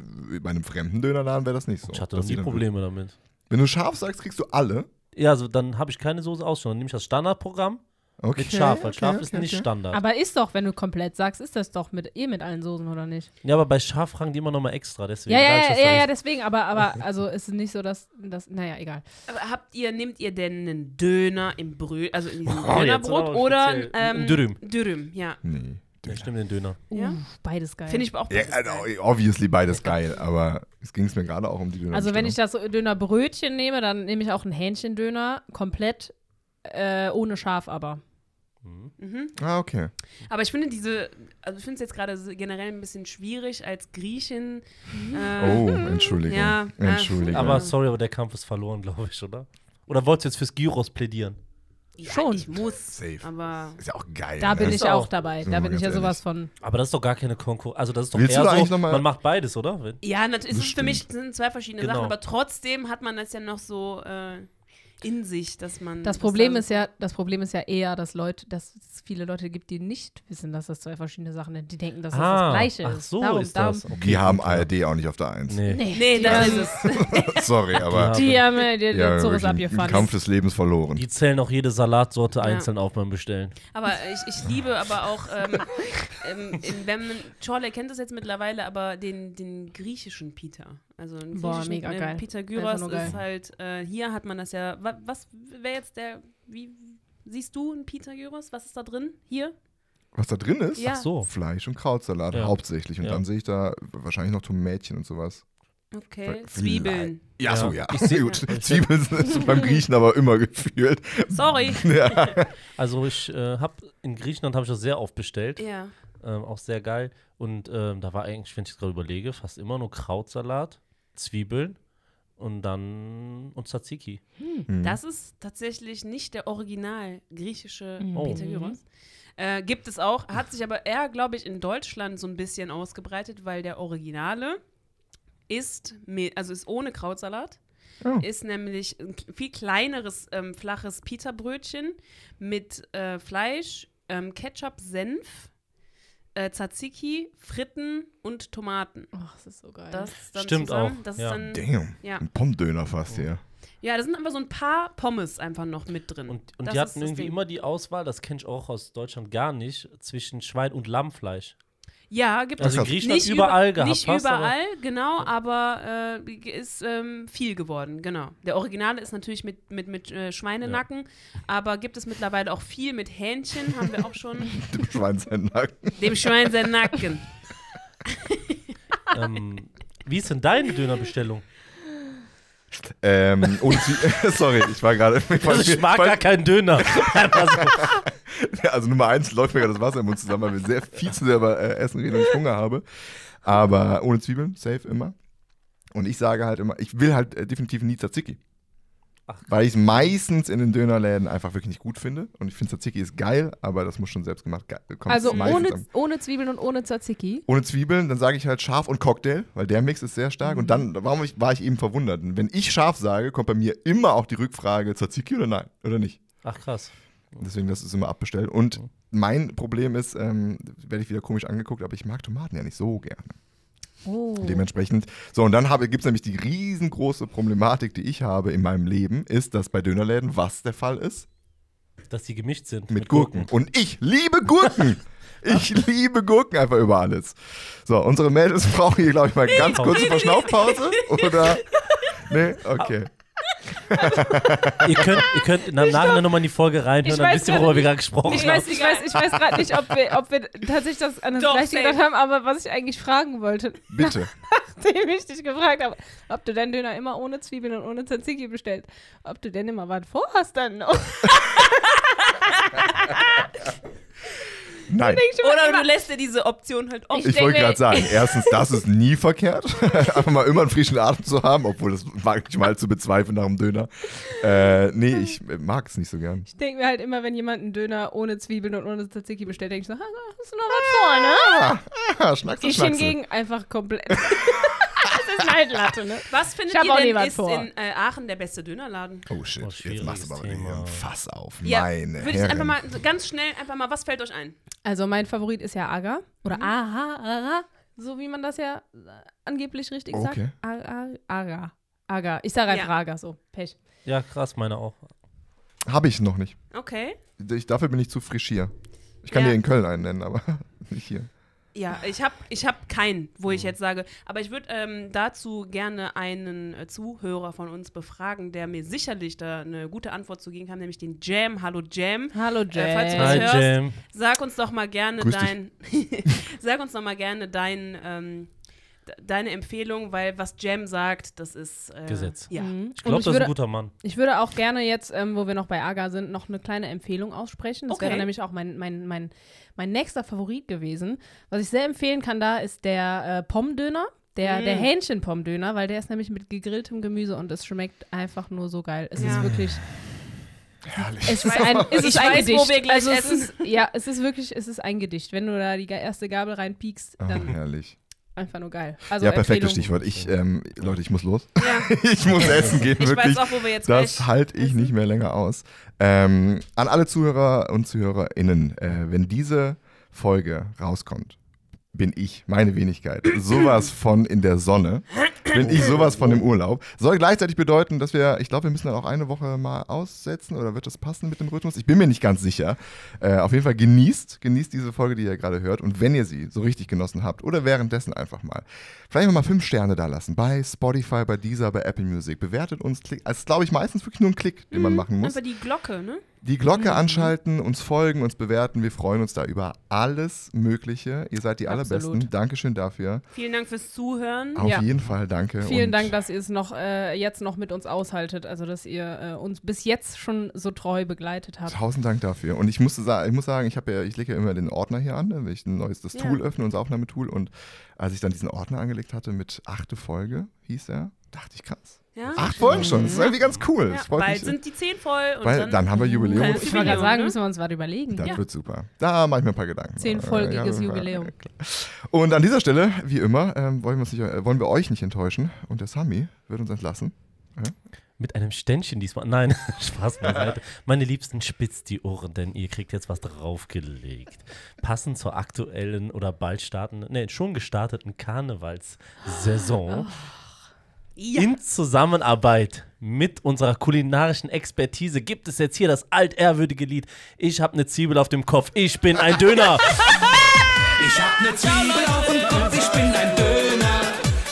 Speaker 4: bei einem fremden Dönerladen wäre das nicht so.
Speaker 5: Ähm. ich hatte noch
Speaker 4: Dass die
Speaker 5: nie
Speaker 4: dann-
Speaker 5: Probleme damit.
Speaker 4: Wenn du scharf sagst, kriegst du alle.
Speaker 5: Ja, also dann habe ich keine Soße ausgeschaut. Dann nehme ich das Standardprogramm
Speaker 4: Okay,
Speaker 5: mit Schaf, weil
Speaker 4: okay,
Speaker 5: Schaf
Speaker 4: okay,
Speaker 5: ist nicht
Speaker 4: okay.
Speaker 5: Standard.
Speaker 2: Aber ist doch, wenn du komplett sagst, ist das doch mit, eh mit allen Soßen, oder nicht?
Speaker 5: ja, aber bei Schaf fragen die immer nochmal extra, deswegen
Speaker 2: Ja, ja,
Speaker 5: sag ich
Speaker 2: ja,
Speaker 5: das
Speaker 2: ja,
Speaker 5: doch
Speaker 2: ja,
Speaker 5: nicht.
Speaker 2: deswegen, aber, aber also ist es nicht so, dass, dass naja, egal.
Speaker 3: Aber habt ihr, nehmt ihr denn einen Döner im Brö also in diesem
Speaker 5: Oh, jetzt aber
Speaker 3: Dönerbrot
Speaker 5: speziell.
Speaker 3: oder
Speaker 5: Ein
Speaker 3: ähm,
Speaker 5: Dürüm.
Speaker 3: Dürüm, ja.
Speaker 4: Nee.
Speaker 5: Ja, stimmt, den Döner.
Speaker 3: ja?
Speaker 2: Uff, Uh, beides geil.
Speaker 3: Finde ich auch
Speaker 4: Ja,
Speaker 3: beides geil.
Speaker 4: also, obviously beides geil, aber es ging es mir gerade auch um die Döner.
Speaker 2: also wenn ich das so Dönerbrötchen nehme, dann nehme ich auch einen Hähnchendöner, komplett äh, ohne Schaf aber.
Speaker 4: Ah, okay.
Speaker 3: Aber ich finde diese, also ich finde es jetzt gerade so generell ein bisschen schwierig als Griechen. Äh,
Speaker 4: Oh,
Speaker 2: hm,
Speaker 4: Entschuldigung.
Speaker 3: Ja, äh,
Speaker 4: Entschuldigung.
Speaker 5: Aber sorry, aber der Kampf ist verloren, glaube ich, oder? Oder wolltest du jetzt fürs Gyros plädieren?
Speaker 3: ja,
Speaker 2: schon.
Speaker 3: Ich muss.
Speaker 4: Safe.
Speaker 3: Aber
Speaker 4: ist ja auch geil.
Speaker 2: Da bin
Speaker 4: ne?
Speaker 2: ich
Speaker 5: auch-
Speaker 2: auch dabei. Da
Speaker 4: Sind wir
Speaker 2: bin ich
Speaker 4: ganz
Speaker 2: ja sowas von.
Speaker 5: Aber das ist doch gar keine Konkurrenz. Also das ist doch
Speaker 4: Willst du
Speaker 5: eher
Speaker 4: da eigentlich
Speaker 5: so,
Speaker 4: noch mal-
Speaker 5: man macht beides, oder? Wenn-
Speaker 3: ja, natürlich ist es für
Speaker 4: stimmt.
Speaker 3: mich sind zwei verschiedene
Speaker 5: Genau.
Speaker 3: Sachen, aber trotzdem hat man das ja noch so. Äh, in sich, dass man.
Speaker 2: Das
Speaker 3: dass
Speaker 2: Problem
Speaker 3: da-
Speaker 2: ist ja, das Problem ist ja eher, dass Leute, dass es viele Leute gibt, die nicht wissen, dass das zwei verschiedene Sachen sind. Die denken, dass das das Gleiche
Speaker 5: Ah, ach
Speaker 2: ist.
Speaker 5: so
Speaker 2: darum,
Speaker 5: ist das.
Speaker 2: Darum,
Speaker 5: Okay,
Speaker 4: Die haben
Speaker 5: gut,
Speaker 4: ARD auch nicht auf der Eins.
Speaker 5: Nee.
Speaker 2: nee,
Speaker 3: Nee,
Speaker 2: die,
Speaker 3: das
Speaker 2: haben-
Speaker 3: ist es.
Speaker 4: <laughs> Sorry, aber
Speaker 2: Die haben äh, die,
Speaker 4: ja,
Speaker 2: der Zug
Speaker 4: wirklich
Speaker 2: ist
Speaker 4: einen
Speaker 2: abgefahren.
Speaker 4: Kampf des Lebens verloren.
Speaker 5: Die zählen auch jede Salatsorte einzeln auf beim Bestellen.
Speaker 3: Aber ich, ich liebe aber auch, ähm, ähm, in, wenn man, Chorle kennt das jetzt mittlerweile, aber den, den griechischen Peter. Also einen griechischen
Speaker 2: Boah, mega
Speaker 3: ähm,
Speaker 2: geil.
Speaker 3: Peter
Speaker 2: Einfach
Speaker 3: Gyros
Speaker 2: nur
Speaker 3: ist
Speaker 2: geil.
Speaker 3: halt, äh, hier hat man das ja, was, was wäre jetzt der, wie, siehst du einen Peter Gyros? Was ist da drin? Hier?
Speaker 4: Was da drin ist?
Speaker 3: Ja.
Speaker 5: Ach so.
Speaker 4: Fleisch und Krautsalat
Speaker 5: Ja.
Speaker 4: hauptsächlich. Und
Speaker 5: Ja.
Speaker 4: dann sehe ich da wahrscheinlich noch Tomätchen und sowas.
Speaker 3: Okay.
Speaker 4: Vielleicht.
Speaker 3: Zwiebeln.
Speaker 4: Ja,
Speaker 5: Ja.
Speaker 4: so, ja.
Speaker 5: Ich
Speaker 4: <laughs>
Speaker 5: seh-
Speaker 4: Gut.
Speaker 5: Ja.
Speaker 4: Zwiebeln sind beim Griechen aber immer gefühlt.
Speaker 3: Sorry.
Speaker 4: <laughs> Ja.
Speaker 5: Also ich äh, habe in Griechenland habe ich das sehr oft bestellt,
Speaker 3: Ja.
Speaker 5: ähm, auch sehr geil. Und ähm, da war eigentlich, wenn ich gerade überlege, fast immer nur Krautsalat, Zwiebeln und dann und Tzatziki. Hm.
Speaker 4: Mhm.
Speaker 3: Das ist tatsächlich nicht der original griechische
Speaker 5: Oh.
Speaker 3: Peter Gyros. Äh, gibt es auch, hat sich aber eher, glaube ich, in Deutschland so ein bisschen ausgebreitet, weil der Originale ist, mit, also ist ohne Krautsalat.
Speaker 4: Oh.
Speaker 3: Ist nämlich ein k- viel kleineres, ähm, flaches Pita-Brötchen mit äh, Fleisch, ähm, Ketchup, Senf, äh, Tzatziki, Fritten und Tomaten.
Speaker 2: Ach, Oh, das ist so geil.
Speaker 3: Das dann
Speaker 5: Stimmt
Speaker 3: zusammen,
Speaker 5: auch,
Speaker 3: Das
Speaker 5: ja.
Speaker 3: ist dann,
Speaker 4: Damn.
Speaker 3: Ja.
Speaker 4: Ein Pommdöner fast hier. <laughs>
Speaker 3: ja, da sind aber so ein paar Pommes einfach noch mit drin.
Speaker 5: Und, und
Speaker 3: Hm. Das
Speaker 5: die
Speaker 3: ist
Speaker 5: hatten
Speaker 3: das
Speaker 5: irgendwie
Speaker 3: Ding.
Speaker 5: immer die Auswahl, das kenne ich auch aus Deutschland gar nicht, zwischen Schwein und Lammfleisch.
Speaker 3: Ja, gibt
Speaker 5: Also
Speaker 3: es
Speaker 5: in
Speaker 4: krass.
Speaker 5: Griechenland überall
Speaker 3: über-
Speaker 5: gehabt.
Speaker 3: Nicht
Speaker 5: hast, aber-
Speaker 3: überall, genau, aber äh, ist ähm, viel geworden, genau. Der Originale ist natürlich mit, mit, mit äh, Schweinenacken, aber gibt es mittlerweile auch viel mit Hähnchen, haben wir auch schon. <laughs>
Speaker 4: Dem Schweinsendlack.
Speaker 3: Dem Schwein sein Nacken.
Speaker 5: Ähm, wie ist denn deine Dönerbestellung?
Speaker 4: Ähm, und
Speaker 5: <laughs>
Speaker 4: sie, <laughs> sorry, ich war gerade. Ich war-
Speaker 5: Also ich mag
Speaker 4: weil-
Speaker 5: gar keinen Döner.
Speaker 4: <laughs>
Speaker 5: Einfach so.
Speaker 4: Also Nummer eins läuft mir gerade das Wasser im Mund zusammen, weil wir sehr viel zu sehr über äh, Essen reden und ich Hunger habe. Aber ohne Zwiebeln, safe immer. Und ich sage halt immer, ich will halt äh, definitiv nie Tzatziki.
Speaker 5: Ach.
Speaker 4: Weil ich es meistens in den Dönerläden einfach wirklich nicht gut finde. Und ich finde Tzatziki ist geil, aber das muss schon selbst gemacht. ge- Kommt
Speaker 2: also
Speaker 4: meistens
Speaker 2: ohne,
Speaker 4: am-
Speaker 2: ohne Zwiebeln und ohne Tzatziki.
Speaker 4: ohne Zwiebeln, dann sage ich halt scharf und Cocktail, weil der Mix ist sehr stark. Und dann warum ich, war ich eben verwundert. Und wenn ich scharf sage, kommt bei mir immer auch die Rückfrage, Tzatziki oder nein? Oder nicht?
Speaker 5: Ach krass.
Speaker 4: Deswegen, das ist immer abbestellt. Und mein Problem ist, ähm, werde ich wieder komisch angeguckt, aber ich mag Tomaten ja nicht so gerne.
Speaker 2: Oh.
Speaker 4: Dementsprechend. So, und dann gibt es nämlich die riesengroße Problematik, die ich habe in meinem Leben, ist, dass bei Dönerläden was der Fall ist?
Speaker 5: Dass die gemischt sind.
Speaker 4: Mit, Gurken. Und ich liebe Gurken! ich liebe Gurken einfach über alles. So, unsere Mädels brauchen hier, glaube ich, mal ganz kurze Verschnaufpause. Oder? Nee? Okay.
Speaker 5: Ihr könnt, ihr könnt im Nachhinein nochmal in die Folge
Speaker 2: Ich
Speaker 5: reinhören, dann
Speaker 2: weiß
Speaker 5: wisst ihr,
Speaker 2: gerade
Speaker 5: worüber wir gerade gesprochen
Speaker 2: Ich
Speaker 5: haben.
Speaker 2: weiß, ich weiß, ich weiß gerade nicht, ob wir, ob wir tatsächlich das an das
Speaker 3: Doch,
Speaker 2: Gleiche
Speaker 3: safe.
Speaker 2: gedacht haben, aber was ich eigentlich fragen wollte, <laughs>
Speaker 4: Bitte.
Speaker 2: nachdem ich dich gefragt habe, ob du deinen Döner immer ohne Zwiebeln und ohne Tzatziki bestellst, ob du denn immer was vorhast dann <laughs> noch.
Speaker 4: Nein.
Speaker 3: Oder du lässt dir diese Option halt offen.
Speaker 4: Ich
Speaker 2: denk
Speaker 4: wollte
Speaker 2: mir-
Speaker 3: <laughs>
Speaker 4: gerade sagen, erstens, das ist nie verkehrt, <laughs> einfach mal immer einen frischen Atem zu haben, obwohl das manchmal zu bezweifeln nach dem Döner. Äh, nee, ich mag es nicht so gern.
Speaker 2: Ich denke mir halt immer, wenn jemand einen Döner ohne Zwiebeln und ohne Tzatziki bestellt, denke ich so, ha, hast du noch was vor, ne?
Speaker 4: Ah, ah Schnackse,
Speaker 2: Ich
Speaker 4: Schnackse.
Speaker 2: hingegen einfach komplett. das ist eine Altlatte, ne?
Speaker 3: Was findet
Speaker 2: Ich hab
Speaker 3: ihr
Speaker 2: auch
Speaker 3: denn
Speaker 2: niemand
Speaker 3: ist
Speaker 2: vor.
Speaker 3: in äh, Aachen der beste Dönerladen?
Speaker 4: Oh
Speaker 5: Oh,
Speaker 4: shit, jetzt
Speaker 5: schwieriges
Speaker 4: machst du aber
Speaker 5: Thema.
Speaker 4: mal ein Fass auf.
Speaker 3: Ja,
Speaker 4: Meine
Speaker 3: Würde ich einfach
Speaker 4: Herren.
Speaker 3: mal so ganz schnell einfach mal, was fällt euch ein?
Speaker 2: Also mein Favorit ist ja Aga. Oder Aha, Ara, so wie man das ja äh, angeblich richtig
Speaker 4: Okay.
Speaker 2: sagt. Aga, Aga. Aga. Ich sage einfach
Speaker 3: Ja.
Speaker 2: Aga, so. Pech.
Speaker 5: Ja, krass, meine auch.
Speaker 4: Habe ich noch nicht.
Speaker 3: Okay.
Speaker 4: Ich, dafür bin ich zu frisch hier. Ich kann
Speaker 3: Ja.
Speaker 4: dir in Köln einen nennen, aber <laughs> nicht hier.
Speaker 3: Ja, ich habe ich hab keinen, wo
Speaker 4: Mhm.
Speaker 3: ich jetzt sage. Aber ich würde ähm, dazu gerne einen äh, Zuhörer von uns befragen, der mir sicherlich da eine gute Antwort zu geben kann, nämlich den Jam. Hallo Jam.
Speaker 2: Hallo,
Speaker 3: Äh, falls du
Speaker 2: Jay.
Speaker 3: das
Speaker 5: Hi,
Speaker 3: hörst.
Speaker 5: Jam.
Speaker 3: Sag uns doch mal gerne
Speaker 4: Grüß dich.
Speaker 3: dein. <laughs> sag uns doch mal gerne dein, ähm, de- deine Empfehlung, weil was Jam sagt, das ist. Äh,
Speaker 5: Gesetz.
Speaker 3: Ja.
Speaker 2: Mhm. Und
Speaker 5: Ich glaube,
Speaker 2: ich
Speaker 5: das ist
Speaker 2: würde-
Speaker 5: ein guter Mann.
Speaker 2: Ich würde auch gerne jetzt, ähm, wo wir noch bei Aga sind, noch eine kleine Empfehlung aussprechen. Das
Speaker 3: Okay.
Speaker 2: wäre nämlich auch mein, mein, mein, mein nächster Favorit gewesen. Was ich sehr empfehlen kann da, ist der äh, Pommdöner. Der,
Speaker 3: Mm.
Speaker 2: der Hähnchen-Pommdöner, weil der ist nämlich mit gegrilltem Gemüse und es schmeckt einfach nur so geil. Es
Speaker 3: Ja.
Speaker 2: ist wirklich,
Speaker 4: Herrlich.
Speaker 2: es ist
Speaker 3: weiß-
Speaker 2: ein, es
Speaker 3: ich
Speaker 2: ist ein
Speaker 3: weiß, wo
Speaker 2: Gedicht.
Speaker 3: wir gleich
Speaker 2: also es
Speaker 3: essen. Oh,
Speaker 2: ist, ja, es ist wirklich, es ist ein Gedicht. Wenn du da die ge- erste Gabel reinpiekst,
Speaker 4: Ah,
Speaker 2: dann
Speaker 4: herrlich.
Speaker 2: Einfach nur geil. Also
Speaker 4: ja, perfektes
Speaker 2: Empfehlung.
Speaker 4: Stichwort. Ich, ähm, Leute, ich muss los.
Speaker 3: Ja.
Speaker 4: <laughs> ich muss essen gehen,
Speaker 3: Ich
Speaker 4: wirklich.
Speaker 3: weiß auch, wo wir jetzt
Speaker 4: Das
Speaker 3: gleich-
Speaker 4: halte ich nicht mehr länger aus. Ähm, an alle Zuhörer und ZuhörerInnen, äh, wenn diese Folge rauskommt, bin ich, meine Wenigkeit, sowas von in der Sonne, bin ich sowas von im Urlaub. Soll gleichzeitig bedeuten, dass wir, ich glaube, wir müssen dann auch eine Woche mal aussetzen oder wird das passen mit dem Rhythmus? Ich bin mir nicht ganz sicher. Äh, auf jeden Fall genießt, genießt diese Folge, die ihr gerade hört und wenn ihr sie so richtig genossen habt oder währenddessen einfach mal, vielleicht auch mal fünf Sterne da lassen bei Spotify, bei Deezer, bei Apple Music. Bewertet uns, klickt, also glaube ich meistens wirklich nur ein Klick, den man machen muss
Speaker 3: Einfach die Glocke, ne?
Speaker 4: die Glocke anschalten, uns folgen, uns bewerten. Wir freuen uns da über alles Mögliche. Ihr seid die
Speaker 2: Absolut.
Speaker 4: allerbesten. Dankeschön dafür.
Speaker 3: Vielen Dank fürs Zuhören.
Speaker 4: Auf
Speaker 2: Ja.
Speaker 4: jeden Fall danke.
Speaker 2: Vielen
Speaker 4: Äh, und
Speaker 2: Dank, dass ihr es noch äh, jetzt noch mit uns aushaltet. Also, dass ihr äh, uns bis jetzt schon so treu begleitet habt.
Speaker 4: Tausend Dank dafür. Und ich musste sagen, ich muss sagen, ich habe ja, ich lege ja immer den Ordner hier an, ne? wenn ich ein neues das
Speaker 3: Ja.
Speaker 4: Tool öffne, unser Aufnahmetool. Und als ich dann diesen Ordner angelegt hatte mit achte Folge, hieß er, dachte ich krass.
Speaker 3: Ja?
Speaker 4: Acht Folgen schon, das ist irgendwie ganz cool.
Speaker 3: Ah, Ja,
Speaker 4: ah, das freut
Speaker 3: bald
Speaker 4: mich.
Speaker 3: sind die zehn voll. Und
Speaker 4: Weil-
Speaker 3: dann,
Speaker 4: dann haben wir Jubiläum.
Speaker 3: Ja,
Speaker 2: Äh, Ich wollte gerade sagen,
Speaker 3: ne?
Speaker 2: müssen wir uns was überlegen.
Speaker 4: das
Speaker 2: Hm, Ja.
Speaker 4: wird super. Da mache ich mir ein paar Gedanken. Ja,
Speaker 2: Zehnfolgiges
Speaker 4: ja,
Speaker 2: Jubiläum.
Speaker 4: Und an dieser Stelle, wie immer, ähm, wollen, wir uns nicht, äh, wollen wir euch nicht enttäuschen. Und der Sami wird uns entlassen.
Speaker 5: Mit einem Ständchen diesmal. Nein, <laughs> Spaß beiseite. Meine Liebsten, spitzt die Ohren, denn ihr kriegt jetzt was draufgelegt. Passend zur aktuellen oder bald startenden, nee, schon gestarteten
Speaker 2: Oh.
Speaker 5: Karnevalssaison.
Speaker 3: Ja.
Speaker 5: In Zusammenarbeit mit unserer kulinarischen Expertise gibt es jetzt hier das altehrwürdige Lied Ich hab ne Zwiebel auf dem Kopf, ich bin ein
Speaker 2: <laughs>
Speaker 5: Döner.
Speaker 1: Ich hab ne Zwiebel auf dem Kopf, ich bin ein Döner.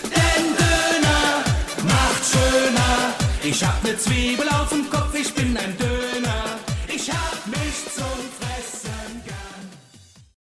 Speaker 1: Denn Döner macht schöner. Ich hab ne Zwiebel auf dem Kopf, ich bin ein Döner.